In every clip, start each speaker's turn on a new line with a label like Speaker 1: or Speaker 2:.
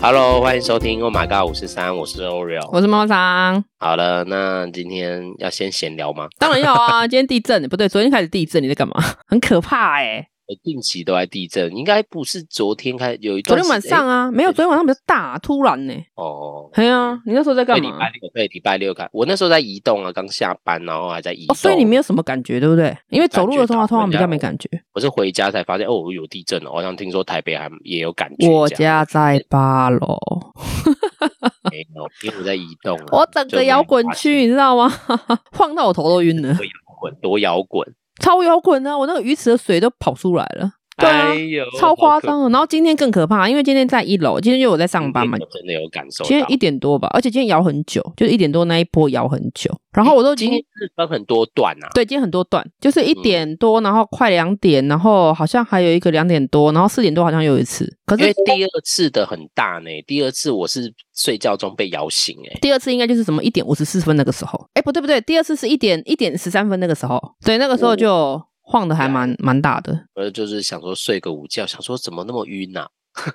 Speaker 1: Hello，欢迎收听 Oh My God 五十三，我是 Oreo。
Speaker 2: 我是猫桑，
Speaker 1: 好了，那今天要先闲聊吗？
Speaker 2: 当然要啊！今天地震不对，昨天开始地震，你在干嘛？ 很可怕哎、
Speaker 1: 我近期都在地震，应该不是昨天开，有一
Speaker 2: 昨
Speaker 1: 段
Speaker 2: 天晚
Speaker 1: 时间
Speaker 2: 上啊，没有，昨天晚上比较大、突然呢、欸。
Speaker 1: 哦，
Speaker 2: 哎呀，你那时候在
Speaker 1: 对，
Speaker 2: 干
Speaker 1: 礼
Speaker 2: 嘛？
Speaker 1: 拜六，对，礼拜六开，我那时候在移动啊，刚下班，然后还在移动，
Speaker 2: 哦，所以你没有什么感觉，对不对？因为走路的时
Speaker 1: 感觉
Speaker 2: 候
Speaker 1: 到
Speaker 2: 通常比
Speaker 1: 我
Speaker 2: 较
Speaker 1: 家
Speaker 2: 没感觉。
Speaker 1: 我是回家才发现哦，有地震了，好像听说台北还也有感觉，
Speaker 2: 我
Speaker 1: 这样
Speaker 2: 家在八楼，
Speaker 1: 没有，因为我在移动啊，
Speaker 2: 我整个摇滚区，你知道吗？ 晃到我头都晕了，
Speaker 1: 滚多摇滚，
Speaker 2: 超摇滚啊！我那个鱼池的水都跑出来了，对啊
Speaker 1: 哎呦，
Speaker 2: 超夸
Speaker 1: 好
Speaker 2: 张的。然后今天更可怕，因为今天在一楼，今天就我在
Speaker 1: 可怕，
Speaker 2: 上班
Speaker 1: 今
Speaker 2: 嘛
Speaker 1: 天，我真的有感受到，
Speaker 2: 今天一点多吧，而且今天摇很久，就是一点多那一波摇很久，然后我都已
Speaker 1: 今
Speaker 2: 经
Speaker 1: 天嗯是分很多段啊，
Speaker 2: 对，今天很多段，就是一点多，然后快两点，然后好像还有一个两点多，然后四点多好像有一次，可
Speaker 1: 因为
Speaker 2: 是
Speaker 1: 第二次的很大呢，第二次我是睡觉中被摇醒、哎，
Speaker 2: 第二次应该就是什么一点五十四分那个时候，哎，不对不对，第二次是一点一点十三分那个时候，对，那个
Speaker 1: 哦
Speaker 2: 时候就晃的还蛮
Speaker 1: 啊
Speaker 2: 蛮大的，
Speaker 1: 我就是想说睡个午觉，想说怎么那么晕啊？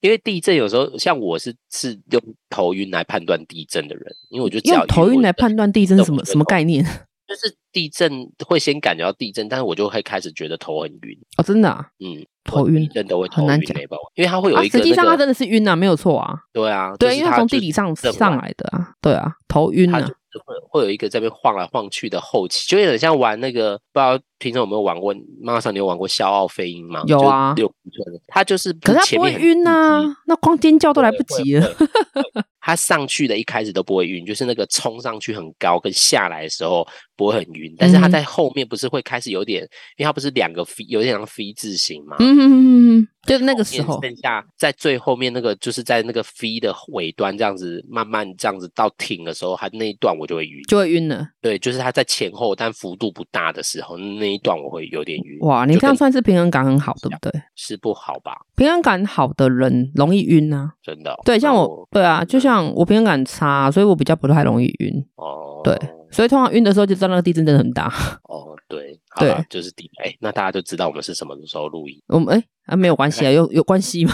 Speaker 1: 因为地震有时候像我是是用头晕来判断地震的人，因为我就只要
Speaker 2: 用头晕来
Speaker 1: 我
Speaker 2: 判
Speaker 1: 就
Speaker 2: 断地震是什么什么概念？
Speaker 1: 就是地震会先感觉到地震，但是我就会开始觉得头很晕，
Speaker 2: 哦，真的啊，
Speaker 1: 嗯，
Speaker 2: 头
Speaker 1: 地
Speaker 2: 晕。
Speaker 1: 震都会头
Speaker 2: 很难
Speaker 1: 晕
Speaker 2: 讲
Speaker 1: 欸吧因为它会有
Speaker 2: 啊，
Speaker 1: 一个、
Speaker 2: 实
Speaker 1: 那个
Speaker 2: 际上它真的是晕啊，没有错啊，
Speaker 1: 对啊，就
Speaker 2: 对，
Speaker 1: 是
Speaker 2: 因为它
Speaker 1: 它
Speaker 2: 从
Speaker 1: 就
Speaker 2: 地底上
Speaker 1: 震完
Speaker 2: 上来的啊，对啊，头晕
Speaker 1: 它
Speaker 2: 啊
Speaker 1: 就，是会会有一个这边晃来晃去的后期，就有点像玩那个，不知道平常有没有玩过？马上你有玩过《笑傲飞鹰》吗？
Speaker 2: 有啊
Speaker 1: 就六分寸的它就是，
Speaker 2: 可是它
Speaker 1: 前
Speaker 2: 不会
Speaker 1: 面很
Speaker 2: 晕啊
Speaker 1: 刺激，
Speaker 2: 那光尖叫都来不及了。。
Speaker 1: 会会会它上去的一开始都不会晕，就是那个冲上去很高，跟下来的时候不会很晕。但是它
Speaker 2: 嗯
Speaker 1: 在后面不是会开始有点，因为它不是两个 V，有点像 V 字形嘛。
Speaker 2: 嗯哼哼哼哼，就是哦那个时
Speaker 1: 后
Speaker 2: 候，
Speaker 1: 面剩下在最后面那个，就是在那个 V 的尾端这样子慢慢这样子到挺的时候，它那一段我就会晕。
Speaker 2: 就会晕了。
Speaker 1: 对，就是它在前后但幅度不大的时候，那一段我会有点晕。
Speaker 2: 哇，你
Speaker 1: 就
Speaker 2: 这样
Speaker 1: 跟
Speaker 2: 算是平衡感很好，对不对？
Speaker 1: 是不好吧？
Speaker 2: 平衡感好的人容易晕啊。
Speaker 1: 真的哦、
Speaker 2: 对，像
Speaker 1: 那
Speaker 2: 我，对啊，就
Speaker 1: 嗯
Speaker 2: 像我平衡感差，所以我比较不太容易晕。
Speaker 1: 哦，
Speaker 2: 对所以通常晕的时候就知道那个地震真的很大。
Speaker 1: 哦，对，好啦
Speaker 2: 对
Speaker 1: 就是第哎，那大家就知道我们是什么时候录音，
Speaker 2: 我们哎、啊，没有关系啊，有有关系 吗？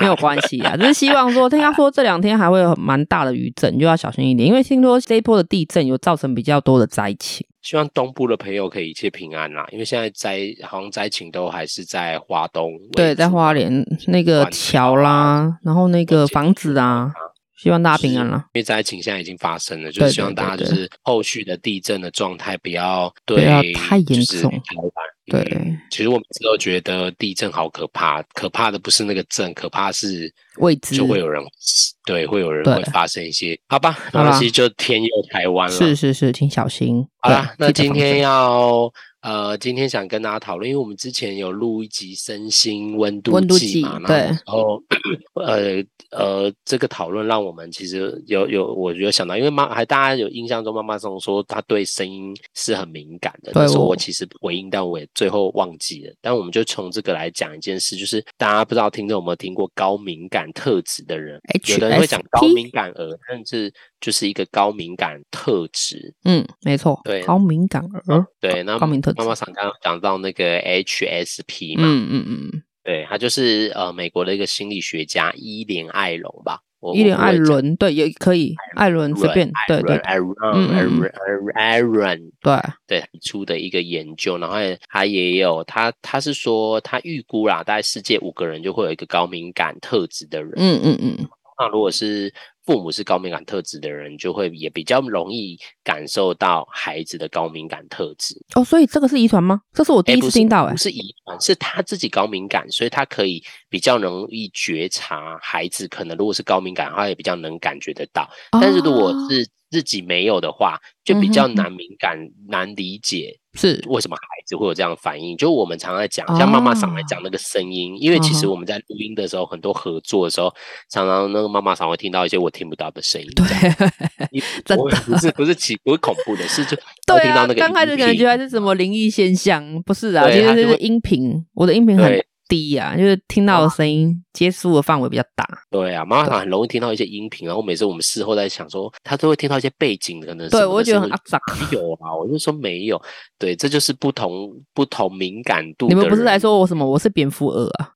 Speaker 2: 没有关系啊，只是希望说，听他说这两天还会有蛮大的余震，你就要小心一点，因为听说这一波的地震有造成比较多的灾情。
Speaker 1: 希望东部的朋友可以一切平安啦，因为现在灾好像灾情都还是在华东为主，
Speaker 2: 对，在花莲那个
Speaker 1: 环
Speaker 2: 桥
Speaker 1: 啊，
Speaker 2: 啦，然后那个
Speaker 1: 建筑
Speaker 2: 房子啊，希望大家平安啦。
Speaker 1: 因为灾情现在已经发生了，就
Speaker 2: 对
Speaker 1: 是希望大家就
Speaker 2: 对对
Speaker 1: 是后续的地震的状态不要
Speaker 2: 不
Speaker 1: 对
Speaker 2: 要太严
Speaker 1: 就是
Speaker 2: 重
Speaker 1: 台湾
Speaker 2: 对
Speaker 1: 嗯其实我每次都觉得地震好可怕，可怕的不是那个震，可怕是
Speaker 2: 未知
Speaker 1: 就会有人对，会有人
Speaker 2: 对
Speaker 1: 会发生一些好吧，没
Speaker 2: 好啦
Speaker 1: 关系，就天佑台湾了。
Speaker 2: 是是是，请小心。
Speaker 1: 好啦，
Speaker 2: 对
Speaker 1: 那今
Speaker 2: 记得防
Speaker 1: 天
Speaker 2: 身
Speaker 1: 要呃，今天想跟大家讨论，因为我们之前有录一集身心温度
Speaker 2: 温度
Speaker 1: 计
Speaker 2: 计
Speaker 1: 嘛，
Speaker 2: 对
Speaker 1: 然后呃 呃，这个讨论让我们其实有有我有想到，因为妈还大家有印象中妈妈总说她对声音是很敏感的，
Speaker 2: 对
Speaker 1: 那时候我
Speaker 2: 我
Speaker 1: 其实回应，但我也最后忘记了。但我们就从这个来讲一件事，就是大家不知道听众有没有听过高敏感特质的人，有的人会讲高
Speaker 2: HSP
Speaker 1: 敏感儿，甚至就是一个高敏感特质。
Speaker 2: 嗯，没错，
Speaker 1: 对
Speaker 2: 高敏感儿，
Speaker 1: 对，那
Speaker 2: 高敏特质
Speaker 1: 妈，妈常刚刚讲到那个 HSP 嘛，
Speaker 2: 嗯嗯嗯
Speaker 1: 对，他就是呃美国的一个心理学家伊莲艾隆吧，我
Speaker 2: 嗯，伊莲艾，伦，对，也可以，艾
Speaker 1: 我
Speaker 2: 伦
Speaker 1: 不会
Speaker 2: 随
Speaker 1: 讲
Speaker 2: 便，对对
Speaker 1: 艾伦
Speaker 2: 嗯
Speaker 1: 艾
Speaker 2: 嗯
Speaker 1: 伦艾伦艾伦，
Speaker 2: 对，
Speaker 1: 对他出的一个研究，然后也他也有他他是说他预估啦，大概世界五个人就会有一个高敏感特质的人，
Speaker 2: 嗯嗯嗯，
Speaker 1: 那如果是父母是高敏感特质的人，就会也比较容易感受到孩子的高敏感特质。
Speaker 2: 哦，所以这个是遗传吗？这是我第
Speaker 1: 诶
Speaker 2: 一
Speaker 1: 不
Speaker 2: 次
Speaker 1: 是
Speaker 2: 听到，哎
Speaker 1: 不，是遗传，是他自己高敏感，所以他可以比较容易觉察孩子可能如果是高敏感，他也比较能感觉得到。但是如果
Speaker 2: 哦
Speaker 1: 是自己没有的话，就比
Speaker 2: 嗯哼
Speaker 1: 较
Speaker 2: 哼
Speaker 1: 难敏感、难理解
Speaker 2: 是
Speaker 1: 为什么孩子会有这样的反应。就我们常在讲，像妈妈常来
Speaker 2: 哦
Speaker 1: 讲那个声音，因为其实
Speaker 2: 嗯哼
Speaker 1: 我们在录音的时候，很多合作的时候，常常那个妈妈常会听到一些我听不到的声音。
Speaker 2: 对，
Speaker 1: 你
Speaker 2: 真
Speaker 1: 我不是不是奇不是恐怖的，是 就
Speaker 2: 对
Speaker 1: 我听到
Speaker 2: 啊
Speaker 1: 那，个
Speaker 2: 刚开
Speaker 1: 音
Speaker 2: 始感
Speaker 1: 频
Speaker 2: 觉还是什么灵异现象，不是啊，
Speaker 1: 对
Speaker 2: 其实
Speaker 1: 它就
Speaker 2: 就
Speaker 1: 会
Speaker 2: 是音频，我的音频很
Speaker 1: 对
Speaker 2: 低啊，就是听到的声音接触的范围比较大，
Speaker 1: 对啊，妈妈常很容易听到一些音频，然后每次我们事后在想说，她都会听到一些背景可能什么的
Speaker 2: 对我觉得很
Speaker 1: 声音
Speaker 2: 阿杂。
Speaker 1: 哪有啊，我就说没有，对，这就是不同不同敏感度。
Speaker 2: 你们不是来？说我什么？我是蝙蝠耳啊？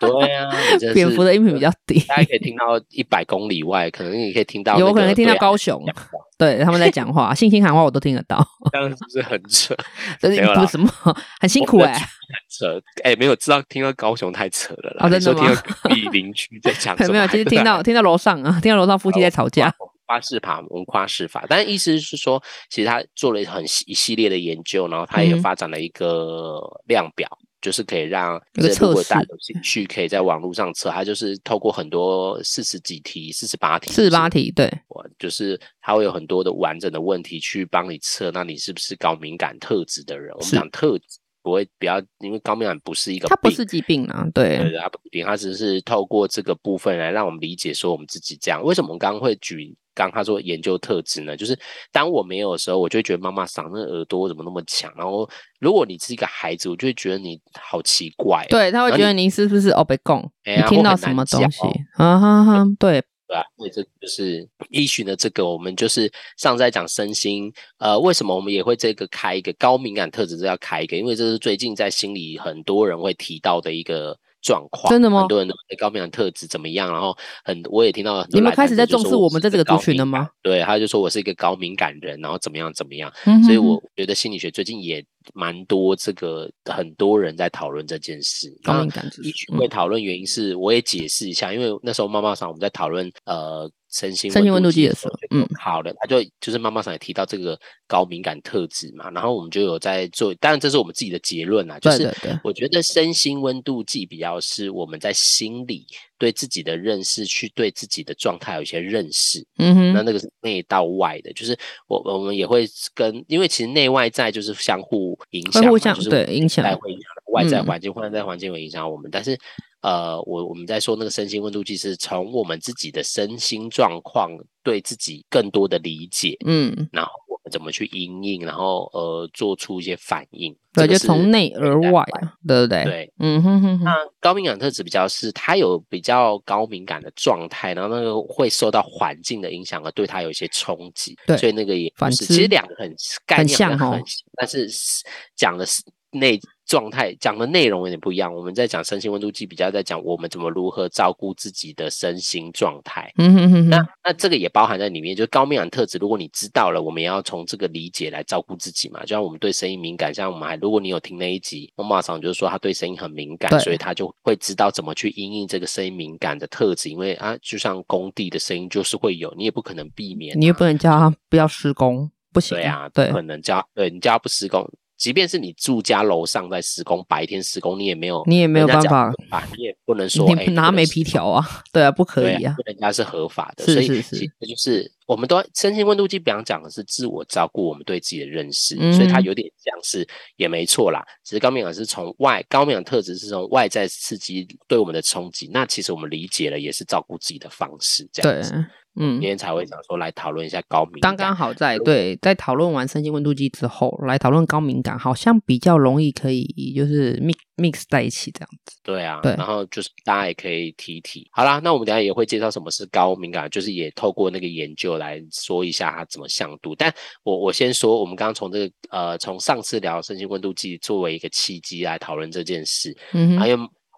Speaker 1: 对啊，你 真是
Speaker 2: 蝙蝠的音频比较低，
Speaker 1: 大家可以听到一百公里外，可能你可以听到、那
Speaker 2: 有
Speaker 1: 个
Speaker 2: 可能听到
Speaker 1: 对啊
Speaker 2: 高雄
Speaker 1: 讲话
Speaker 2: 对他们在讲话，信心喊话我都听得到，
Speaker 1: 这样是不是很扯？
Speaker 2: 但
Speaker 1: 没
Speaker 2: 是
Speaker 1: 有啦
Speaker 2: 不什么 很辛苦
Speaker 1: 我
Speaker 2: 哎、
Speaker 1: 们的扯哎、没有知道听到高雄太扯了啦。
Speaker 2: 哦
Speaker 1: 你
Speaker 2: 真的
Speaker 1: 说听
Speaker 2: 吗
Speaker 1: 到 隔壁邻居在讲什
Speaker 2: 对
Speaker 1: 么？哦
Speaker 2: 没有，就是
Speaker 1: 对啊
Speaker 2: 听到听到楼上啊，听到楼上夫妻在吵架，
Speaker 1: 夸饰法，我们夸饰法，但意思是说，其实他做了很系一系列的研究，然后他也
Speaker 2: 嗯
Speaker 1: 发展了一个量表，就是可以让
Speaker 2: 有个
Speaker 1: 这
Speaker 2: 测
Speaker 1: 如果大家
Speaker 2: 试
Speaker 1: 有兴趣，可以在网络上测。它就是透过很多四十几题、四十八题、啊
Speaker 2: 四十八，题，对，
Speaker 1: 就是它会有很多的完整的问题去帮你测，那你是不是高敏感特质的人？我们
Speaker 2: 是
Speaker 1: 讲特质。不会，不要，因为高敏感不是一个
Speaker 2: 它不
Speaker 1: 病
Speaker 2: 是疾病啊，对，
Speaker 1: 对，它不一定，它只是透过这个部分来让我们理解说我们自己这样。为什么我们刚刚会举刚刚他说研究特质呢？就是当我没有的时候，我就会觉得妈妈嗓那耳朵怎么那么强。然后如果你是一个孩子，我就会觉得你好奇怪，
Speaker 2: 对，他会
Speaker 1: 然后
Speaker 2: 觉得你是不是哦被供，
Speaker 1: 哎
Speaker 2: 你
Speaker 1: 呀
Speaker 2: 听
Speaker 1: 我
Speaker 2: 到
Speaker 1: 很
Speaker 2: 什
Speaker 1: 难
Speaker 2: 么东
Speaker 1: 讲
Speaker 2: 西啊哈哈，对，
Speaker 1: 对吧？所以这就是依循的这个，我们就是上次在讲身心，呃，为什么我们也会这个开一个高敏感特质这要开一个？因为这是最近在心里很多人会提到的一个。状况
Speaker 2: 真的吗
Speaker 1: 很多人都哎对高敏感特质怎么样？然后很，我也听到很多
Speaker 2: 你
Speaker 1: 来
Speaker 2: 们开
Speaker 1: 访
Speaker 2: 始
Speaker 1: 者
Speaker 2: 在
Speaker 1: 就
Speaker 2: 重
Speaker 1: 说
Speaker 2: 视
Speaker 1: 我
Speaker 2: 我
Speaker 1: 是
Speaker 2: 们在
Speaker 1: 一
Speaker 2: 这
Speaker 1: 个
Speaker 2: 个族
Speaker 1: 高
Speaker 2: 群
Speaker 1: 敏
Speaker 2: 了
Speaker 1: 感
Speaker 2: 吗？
Speaker 1: 对，他就说我是一个高敏感人，然后怎么样怎么样。
Speaker 2: 嗯
Speaker 1: 所以
Speaker 2: 哼
Speaker 1: 我觉得心理学最近也蛮多这个很多人在讨论这件事。
Speaker 2: 高
Speaker 1: 那
Speaker 2: 敏感指
Speaker 1: 一起
Speaker 2: 数，
Speaker 1: 会
Speaker 2: 嗯
Speaker 1: 讨论原因是，我也解释一下，因为那时候妈妈桑我们在讨论呃身心
Speaker 2: 身心温度计
Speaker 1: 计
Speaker 2: 的
Speaker 1: 时候
Speaker 2: 时候嗯，
Speaker 1: 好的，他就就是妈妈桑也提到这个高敏感特质嘛，然后我们就有在做，当然这是我们自己的结论啊啦，就
Speaker 2: 对
Speaker 1: 是
Speaker 2: 对对，
Speaker 1: 我觉得身心温度计比较是我们在心里对自己的认识，去对自己的状态有一些认识，
Speaker 2: 嗯
Speaker 1: 那
Speaker 2: 哼，
Speaker 1: 那个是内到外的，就是我我们也会跟，因为其实内外在就是相互影响嘛，
Speaker 2: 会互相
Speaker 1: 就是
Speaker 2: 对影响
Speaker 1: 内在会影响外在
Speaker 2: 嗯
Speaker 1: 环境，外在环境会影响我们。但是呃，我我们在说那个身心温度计，是从我们自己的身心状况对自己更多的理解，
Speaker 2: 嗯，
Speaker 1: 然后我们怎么去应应，然后呃做出一些反应。
Speaker 2: 对，
Speaker 1: 这个
Speaker 2: 就是从内而
Speaker 1: 内在
Speaker 2: 外，对不对？
Speaker 1: 对。
Speaker 2: 嗯哼哼哼，
Speaker 1: 那高敏感特质比较是，他有比较高敏感的状态，然后那个会受到环境的影响而对他有一些冲击，
Speaker 2: 对
Speaker 1: 所以那个也
Speaker 2: 反
Speaker 1: 不是
Speaker 2: 之
Speaker 1: 其实两个很概念好
Speaker 2: 很像
Speaker 1: 像
Speaker 2: 哦
Speaker 1: 很像，但是是讲的是内状态讲的内容有点不一样。我们在讲身心温度计，比较在讲我们怎么如何照顾自己的身心状态。
Speaker 2: 嗯哼哼
Speaker 1: 那
Speaker 2: 哼，
Speaker 1: 那这个也包含在里面，就是高敏感特质，如果你知道了，我们也要从这个理解来照顾自己嘛。就像我们对声音敏感，像我们还，如果你有听那一集，我马上就说他对声音很敏感
Speaker 2: 对，
Speaker 1: 所以他就会知道怎么去因应这个声音敏感的特质，因为啊，就像工地的声音就是会有，你也不可能避免啊、
Speaker 2: 你又不能叫他不要施工，不行，
Speaker 1: 对啊，
Speaker 2: 对
Speaker 1: 不，可能叫对你叫他不施工。即便是你住家楼上在施工，白天施工，你也没有，
Speaker 2: 你也没有
Speaker 1: 人家
Speaker 2: 办
Speaker 1: 讲合法，你也不能说哎
Speaker 2: 你拿
Speaker 1: 没
Speaker 2: 没皮条啊，对啊，不可
Speaker 1: 对
Speaker 2: 以啊，
Speaker 1: 人家是合法的，
Speaker 2: 是
Speaker 1: 所以
Speaker 2: 是
Speaker 1: 其
Speaker 2: 是
Speaker 1: 实就是我们都身心温度计表讲的是自我照顾，我们对自己的认识，
Speaker 2: 嗯
Speaker 1: 所以它有点像是也没错啦。只是高敏感是从外高敏感特质是从外在刺激对我们的冲击，那其实我们理解了也是照顾自己的方式，这
Speaker 2: 对
Speaker 1: 样子。，
Speaker 2: 嗯
Speaker 1: 今。天才会想说来讨论一下高敏
Speaker 2: 刚
Speaker 1: 感，
Speaker 2: 刚好在对，在讨论完身心温度计之后，来讨论高敏感，好像比较容易可以就是 mix mix 在一起这样子。
Speaker 1: 对啊，
Speaker 2: 对
Speaker 1: 然后就是大家也可以提一提。好啦，那我们等一下也会介绍什么是高敏感，就是也透过那个研究来说一下它怎么向度。但我我先说，我们刚刚从这个呃，从上次聊身心温度计作为一个契机来讨论这件事，
Speaker 2: 嗯
Speaker 1: 还
Speaker 2: 哼，
Speaker 1: 有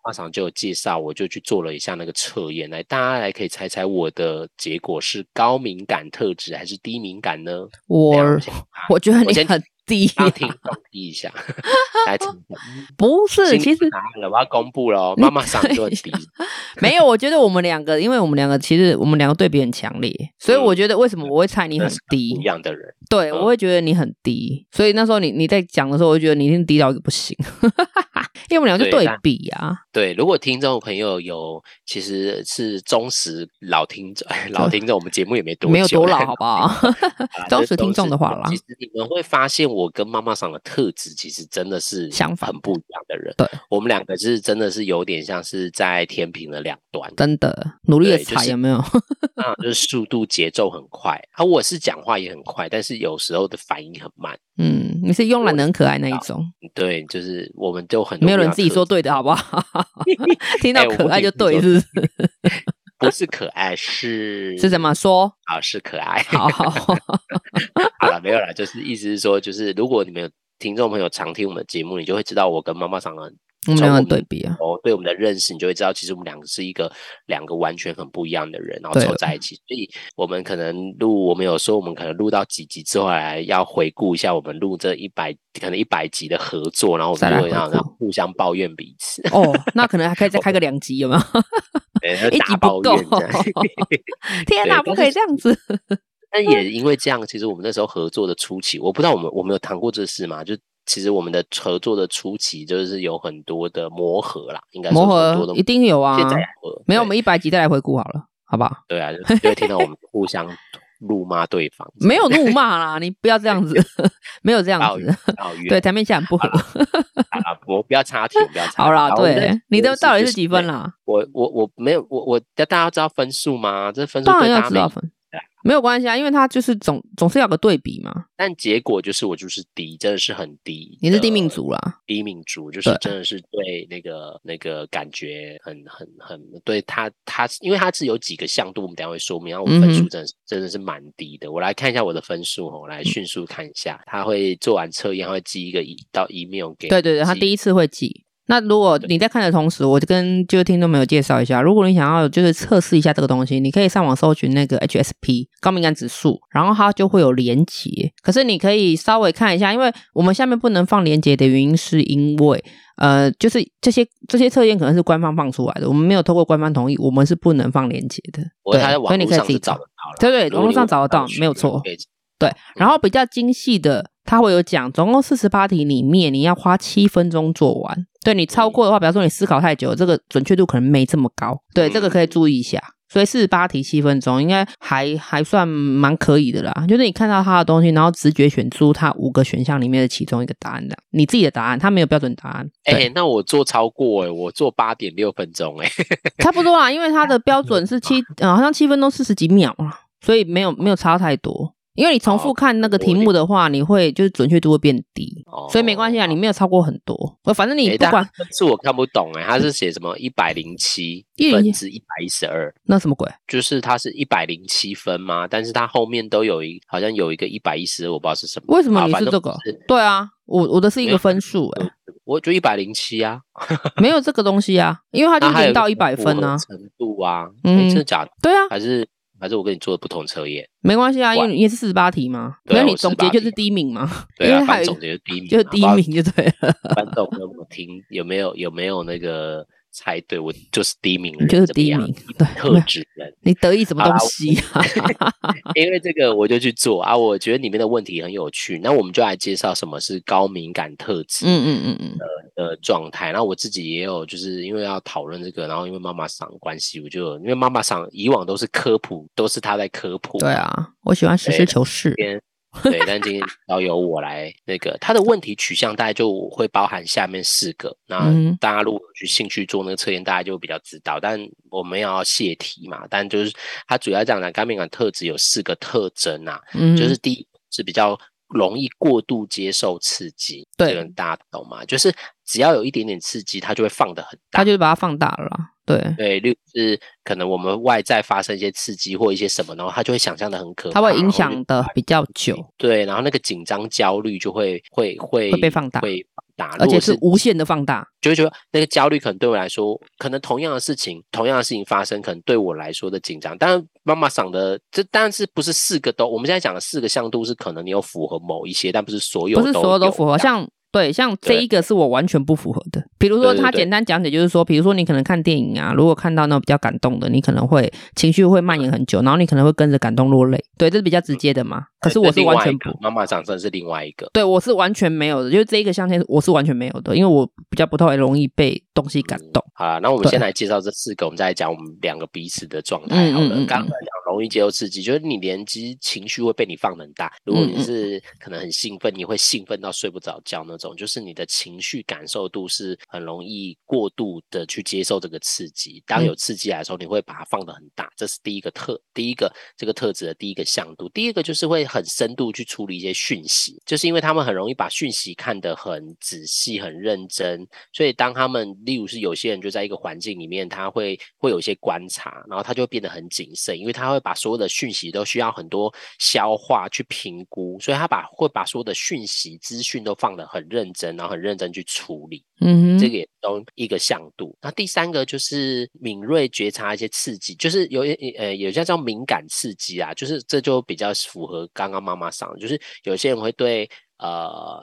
Speaker 1: 马场就有介绍，我就去做了一下那个测验，来大家来可以猜猜我的结果是高敏感特质还是低敏感呢？
Speaker 2: 我
Speaker 1: 等一下
Speaker 2: 我觉得
Speaker 1: 我
Speaker 2: 你
Speaker 1: 先
Speaker 2: 很低、
Speaker 1: 让
Speaker 2: 啊，
Speaker 1: 听众记一下， 来听一下。嗯
Speaker 2: 不是？
Speaker 1: 心里
Speaker 2: 其实
Speaker 1: 有答案了，我要公布了哦，妈妈上就很低。
Speaker 2: 没有，我觉得我们两个，因为我们两个其实我们两个对比很强烈，所以我
Speaker 1: 嗯
Speaker 2: 觉得为什么我会猜 你很低
Speaker 1: 不一？样的人，
Speaker 2: 对，
Speaker 1: 嗯
Speaker 2: 我会觉得你很低，所以那时候你你在讲的时候，我就觉得你一定低到一个不行， 因为我们两个就
Speaker 1: 对
Speaker 2: 对
Speaker 1: 但
Speaker 2: 比啊，
Speaker 1: 对。如果听众朋友有其实是忠实老听众， 老听众，我们节目也没多久
Speaker 2: 没有多老，好不好？
Speaker 1: 啊
Speaker 2: 忠实听众的话啦
Speaker 1: 其实你们会发现，我跟妈妈上的特质其实真的是
Speaker 2: 相反
Speaker 1: 很不一样的人。
Speaker 2: 对，
Speaker 1: 我们两个是真的是有点像是在天平的两端，
Speaker 2: 真的努力的
Speaker 1: 对就
Speaker 2: 踩
Speaker 1: 是
Speaker 2: 有没有？
Speaker 1: 那就是速度节奏很快。啊，我是讲话也很快，但是有时候的反应很慢。
Speaker 2: 嗯，你是慵懒的很可爱那一种，
Speaker 1: 对，就是我们就很多
Speaker 2: 没有
Speaker 1: 不一
Speaker 2: 人
Speaker 1: 样
Speaker 2: 自己
Speaker 1: 特
Speaker 2: 说对的好不好？ 听到
Speaker 1: 哎我
Speaker 2: 可
Speaker 1: 不嗯
Speaker 2: 爱
Speaker 1: 仅
Speaker 2: 就
Speaker 1: 自己说
Speaker 2: 对，是不是？
Speaker 1: 不是可爱，是
Speaker 2: 是怎么说？
Speaker 1: 啊？是可爱。
Speaker 2: 好好，
Speaker 1: 好了，没有啦，就是意思是说，就是如果你们有听众朋友常听我们的节目，你就会知道我跟妈妈常常
Speaker 2: 我们两个对比啊，
Speaker 1: 哦，对我们的认识，你就会知道，其实我们两个是一个两个完全很不一样的人，然后
Speaker 2: 对
Speaker 1: 凑在一起。所以我们可能录，我们有时候我们可能录到几集之后，来要回顾一下我们录这一百可能一百集的合作，然后我
Speaker 2: 再
Speaker 1: 们就
Speaker 2: 来
Speaker 1: 会
Speaker 2: 回
Speaker 1: 让
Speaker 2: 顾
Speaker 1: 让互相抱怨彼 此，
Speaker 2: 哦，那可能还可以再开个两集，有没 有？
Speaker 1: 对
Speaker 2: 一集
Speaker 1: 大
Speaker 2: 不
Speaker 1: 抱
Speaker 2: 够
Speaker 1: 怨这样。
Speaker 2: 天
Speaker 1: 对但
Speaker 2: 哪，
Speaker 1: 是
Speaker 2: 不可以这样子。
Speaker 1: 但 也因为这样，其实我们那时候合作的初期，我不知道我们我们有谈过这事吗？就其实我们的合作的初期，就是有很多的磨合啦，应该说
Speaker 2: 磨
Speaker 1: 很多
Speaker 2: 合
Speaker 1: 的
Speaker 2: 一定有啊，
Speaker 1: 现在也合
Speaker 2: 没有，我
Speaker 1: 对
Speaker 2: 们一百集再来回顾好了，好不好？
Speaker 1: 对啊，就就会听到我们互相怒骂对方，
Speaker 2: 没有怒 骂啦，你不要这样子， 没有这样
Speaker 1: 抱
Speaker 2: 子
Speaker 1: 怨。，抱怨
Speaker 2: 对，台面下很不合。
Speaker 1: 啊，我不要插题，我不要插题。
Speaker 2: 好啦，
Speaker 1: 我们
Speaker 2: 对
Speaker 1: 再，
Speaker 2: 你的
Speaker 1: 就是
Speaker 2: 到底是几分？
Speaker 1: 就是
Speaker 2: 啦？
Speaker 1: 我我我没有我我，大家知道分数吗？这分数
Speaker 2: 当然
Speaker 1: 对大
Speaker 2: 要
Speaker 1: 家
Speaker 2: 知
Speaker 1: 没
Speaker 2: 道分
Speaker 1: 对啊，
Speaker 2: 没有关系啊，因为他就是总总是要有个对比嘛。
Speaker 1: 但结果就是我就是低，真的是很低。
Speaker 2: 你是地命，组啦，
Speaker 1: 低命主就是
Speaker 2: 对
Speaker 1: 真的是对那个那个感觉很很很对他他，因为他是有几个向度，我们等一下会说明。然后我
Speaker 2: 嗯
Speaker 1: 分数
Speaker 2: 哼嗯
Speaker 1: 真的是、真的是蛮低的。我来看一下我的分数哦，我来迅速看一下。他会做完测验，他会寄一个 e- 到 email 给
Speaker 2: 对对对，他
Speaker 1: 寄
Speaker 2: 第一次会记。那如果你在看的同时，我就跟就是听众朋友介绍一下，如果你想要就是测试一下这个东西，你可以上网搜寻那个 HSP 高敏感指数，然后它就会有连结。可是你可以稍微看一下，因为我们下面不能放连结的原因是因为呃，就是这些这些测验可能是官方放出来的，我们没有透过官方同意，我们是不能放连结的。
Speaker 1: 我
Speaker 2: 对，
Speaker 1: 他在
Speaker 2: 所以
Speaker 1: 网
Speaker 2: 你
Speaker 1: 络
Speaker 2: 可以
Speaker 1: 上
Speaker 2: 自己
Speaker 1: 是
Speaker 2: 找
Speaker 1: 找得。到了，
Speaker 2: 对对
Speaker 1: 如果
Speaker 2: 网络
Speaker 1: 你
Speaker 2: 上
Speaker 1: 网
Speaker 2: 找得到
Speaker 1: 去
Speaker 2: 没有
Speaker 1: 你
Speaker 2: 错
Speaker 1: 可以
Speaker 2: 对，然后比较精细的，它会有讲，总共四十八题里面，你要花七分钟做完。对你超过的话，比方说你思考太久，这个准确度可能没这么高。对，这个可以注意一下。所以四十八题七分钟，应该还还算蛮可以的啦。就是你看到它的东西，然后直觉选出它五个选项里面的其中一个答案的，你自己的答案，它没有标准答案。
Speaker 1: 哎、
Speaker 2: 对，
Speaker 1: 那我做超过哎、我做八点六分钟哎、
Speaker 2: 差不多啦，啊因为它的标准是七，呃，好像七分钟四十几秒啦，所以没有没有差太多。因为你重复看那个题目的话，你会就是准确度会变低，
Speaker 1: 哦
Speaker 2: 所以没关系啊，你没有超过很多。呃反正你
Speaker 1: 哎
Speaker 2: 不
Speaker 1: 但
Speaker 2: 管
Speaker 1: 分数我看不懂哎、他是写什么一百零七
Speaker 2: 107
Speaker 1: 分之一百一十二，
Speaker 2: 那什么鬼，
Speaker 1: 就是它是一百零七分嘛，但是它后面都有一好像有一个一百一十，我不知道是什么。
Speaker 2: 为什么
Speaker 1: 啊
Speaker 2: 你
Speaker 1: 反
Speaker 2: 是
Speaker 1: 正
Speaker 2: 这个
Speaker 1: 我是？
Speaker 2: 对啊，我我的是一
Speaker 1: 没有
Speaker 2: 个分数，哎，
Speaker 1: 我就一百零七啊，
Speaker 2: 没有这个东西啊，因为它
Speaker 1: 那
Speaker 2: 就是
Speaker 1: 还有
Speaker 2: 零到
Speaker 1: 个
Speaker 2: 一百
Speaker 1: 符
Speaker 2: 分
Speaker 1: 合
Speaker 2: 啊，
Speaker 1: 程度啊，
Speaker 2: 嗯
Speaker 1: 嗯，真的假的？
Speaker 2: 对啊，
Speaker 1: 还是还是我跟你做的不同测验？
Speaker 2: 没关系啊，因为
Speaker 1: 哇
Speaker 2: 你也是四十八题嘛，
Speaker 1: 对啊
Speaker 2: 所以你
Speaker 1: 我
Speaker 2: 总
Speaker 1: 48
Speaker 2: 结就是
Speaker 1: 题
Speaker 2: 第一名嘛，
Speaker 1: 对
Speaker 2: 因
Speaker 1: 啊，
Speaker 2: 为还
Speaker 1: 反
Speaker 2: 有
Speaker 1: 总就是第一名嘛，
Speaker 2: 就是第一
Speaker 1: 不知道
Speaker 2: 名就对了，
Speaker 1: 观众有没有听？有没有有没有那个猜对？我就是第一名
Speaker 2: 你
Speaker 1: 人，
Speaker 2: 就是
Speaker 1: 怎么
Speaker 2: 第一
Speaker 1: 样
Speaker 2: 名，对，没
Speaker 1: 特
Speaker 2: 有
Speaker 1: 质人。
Speaker 2: 你得意什么
Speaker 1: 好啦
Speaker 2: 东西啊？
Speaker 1: 因为这个我就去做啊，我觉得里面的问题很有趣。那我们就来介绍什么是高敏感特质
Speaker 2: 嗯嗯嗯嗯，
Speaker 1: 的状态。然后我自己也有，就是因为要讨论这个，然后因为妈妈桑的关系，我就有因为妈妈桑以往都是科普，都是她在科普，
Speaker 2: 对啊，我喜欢实事求是。
Speaker 1: 对，但今天要由我来那个，他的问题取向大概就会包含下面四个。那
Speaker 2: 嗯
Speaker 1: 大家如果有去兴趣做那个测验，大家就比较知道。但我们要泄题嘛，但就是它主要讲的高敏感特质有四个特征啊，
Speaker 2: 嗯，
Speaker 1: 就是第一是比较容易过度接受刺激，
Speaker 2: 对
Speaker 1: 这个大家懂吗？就是只要有一点点刺激，它就会放得很大
Speaker 2: 他。就是把它放大了啦。对，
Speaker 1: 对，例如是可能我们外在发生一些刺激或一些什么，然后他就会想象的很可怕，
Speaker 2: 它会影
Speaker 1: 然后
Speaker 2: 响
Speaker 1: 就
Speaker 2: 的比较久，
Speaker 1: 对，然后那个紧张、焦虑就会会会
Speaker 2: 会被放大
Speaker 1: 会放大，如
Speaker 2: 而且
Speaker 1: 果
Speaker 2: 是
Speaker 1: 是
Speaker 2: 无限的放大。
Speaker 1: 就会觉得那个焦虑可能对我来说，可能同样的事情，同样的事情发生，可能对我来说的紧张。当然，妈妈赏的这当然是不是四个都，我们现在讲的四个向度是可能你有符合某一些，但不是所有
Speaker 2: 不是所有都符合，
Speaker 1: 有
Speaker 2: 像对，像这
Speaker 1: 对
Speaker 2: 一个是我完全不符合的。比如说，
Speaker 1: 对对
Speaker 2: 他
Speaker 1: 对
Speaker 2: 简单讲解就是说，比如说你可能看电影啊，如果看到那种比较感动的，你可能会情绪会
Speaker 1: 嗯
Speaker 2: 蔓延很久，然后你可能会跟着感动落泪。对，这是比较直接的嘛。可是我是完全不，
Speaker 1: 妈妈赏，真的是另外一个。
Speaker 2: 对我是完全没有的，就是这一个项圈我是完全没有的，因为我比较不太容易被东西感动。
Speaker 1: 好啦，那我们
Speaker 2: 对
Speaker 1: 先来介绍这四个，我们再来讲我们两个彼此的状态好了。
Speaker 2: 嗯嗯嗯嗯
Speaker 1: 刚刚讲容易接受刺激，就是你连其实情绪会被你放得很大。如果
Speaker 2: 嗯
Speaker 1: 你
Speaker 2: 嗯
Speaker 1: 是可能很兴奋，你会兴奋到睡不着觉那种，就是你的情绪感受度是很容易过度的去接受这个刺激。当
Speaker 2: 嗯
Speaker 1: 有刺激来的时候，你会把它放得很大，这是第一个特第一个这个特质的第一个向度。第一个就是会很深度去处理一些讯息，就是因为他们很容易把讯息看得很仔细、很认真，所以当他们，例如是有些人就在一个环境里面，他会会有一些观察，然后他就会变得很谨慎，因为他会把所有的讯息都需要很多消化去评估，所以他把会把所有的讯息资讯都放得很认真，然后很认真去处理。
Speaker 2: 嗯哼嗯
Speaker 1: 这个也都一个向度。那第三个就是敏锐觉察一些刺激，就是有一呃有些叫敏感刺激啊，就是这就比较符合刚刚妈妈上的，就是有些人会对。呃，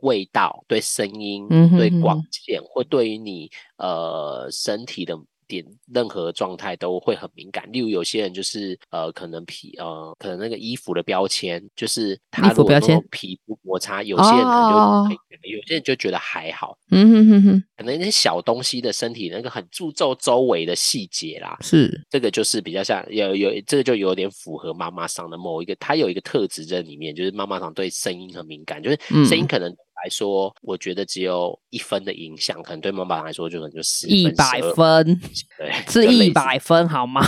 Speaker 1: 味道对声音，
Speaker 2: 嗯哼
Speaker 1: 对
Speaker 2: 哼
Speaker 1: 光线，或对于你呃身体的点任何状态都会很敏感。例如有些人就是呃，可能皮呃，可能那个衣服的标签，就是他
Speaker 2: 衣服
Speaker 1: 如果
Speaker 2: 标
Speaker 1: 那
Speaker 2: 签
Speaker 1: 种皮肤摩擦，有些人可能就、
Speaker 2: 哦
Speaker 1: 有些人就觉得还好，
Speaker 2: 嗯哼哼哼，
Speaker 1: 可能那些小东西的身体那个很注重周围的细节啦，
Speaker 2: 是，
Speaker 1: 这个就是比较像有有这个就有点符合妈妈桑的某一个，它有一个特质在里面，就是妈妈桑对声音很敏感，就是
Speaker 2: 嗯
Speaker 1: 声音可能来说，我觉得只有一分的影响，可能对妈妈来说就可能就十
Speaker 2: 一百
Speaker 1: 分12，
Speaker 2: 分
Speaker 1: 对，
Speaker 2: 是
Speaker 1: 就类似
Speaker 2: 一百分好吗？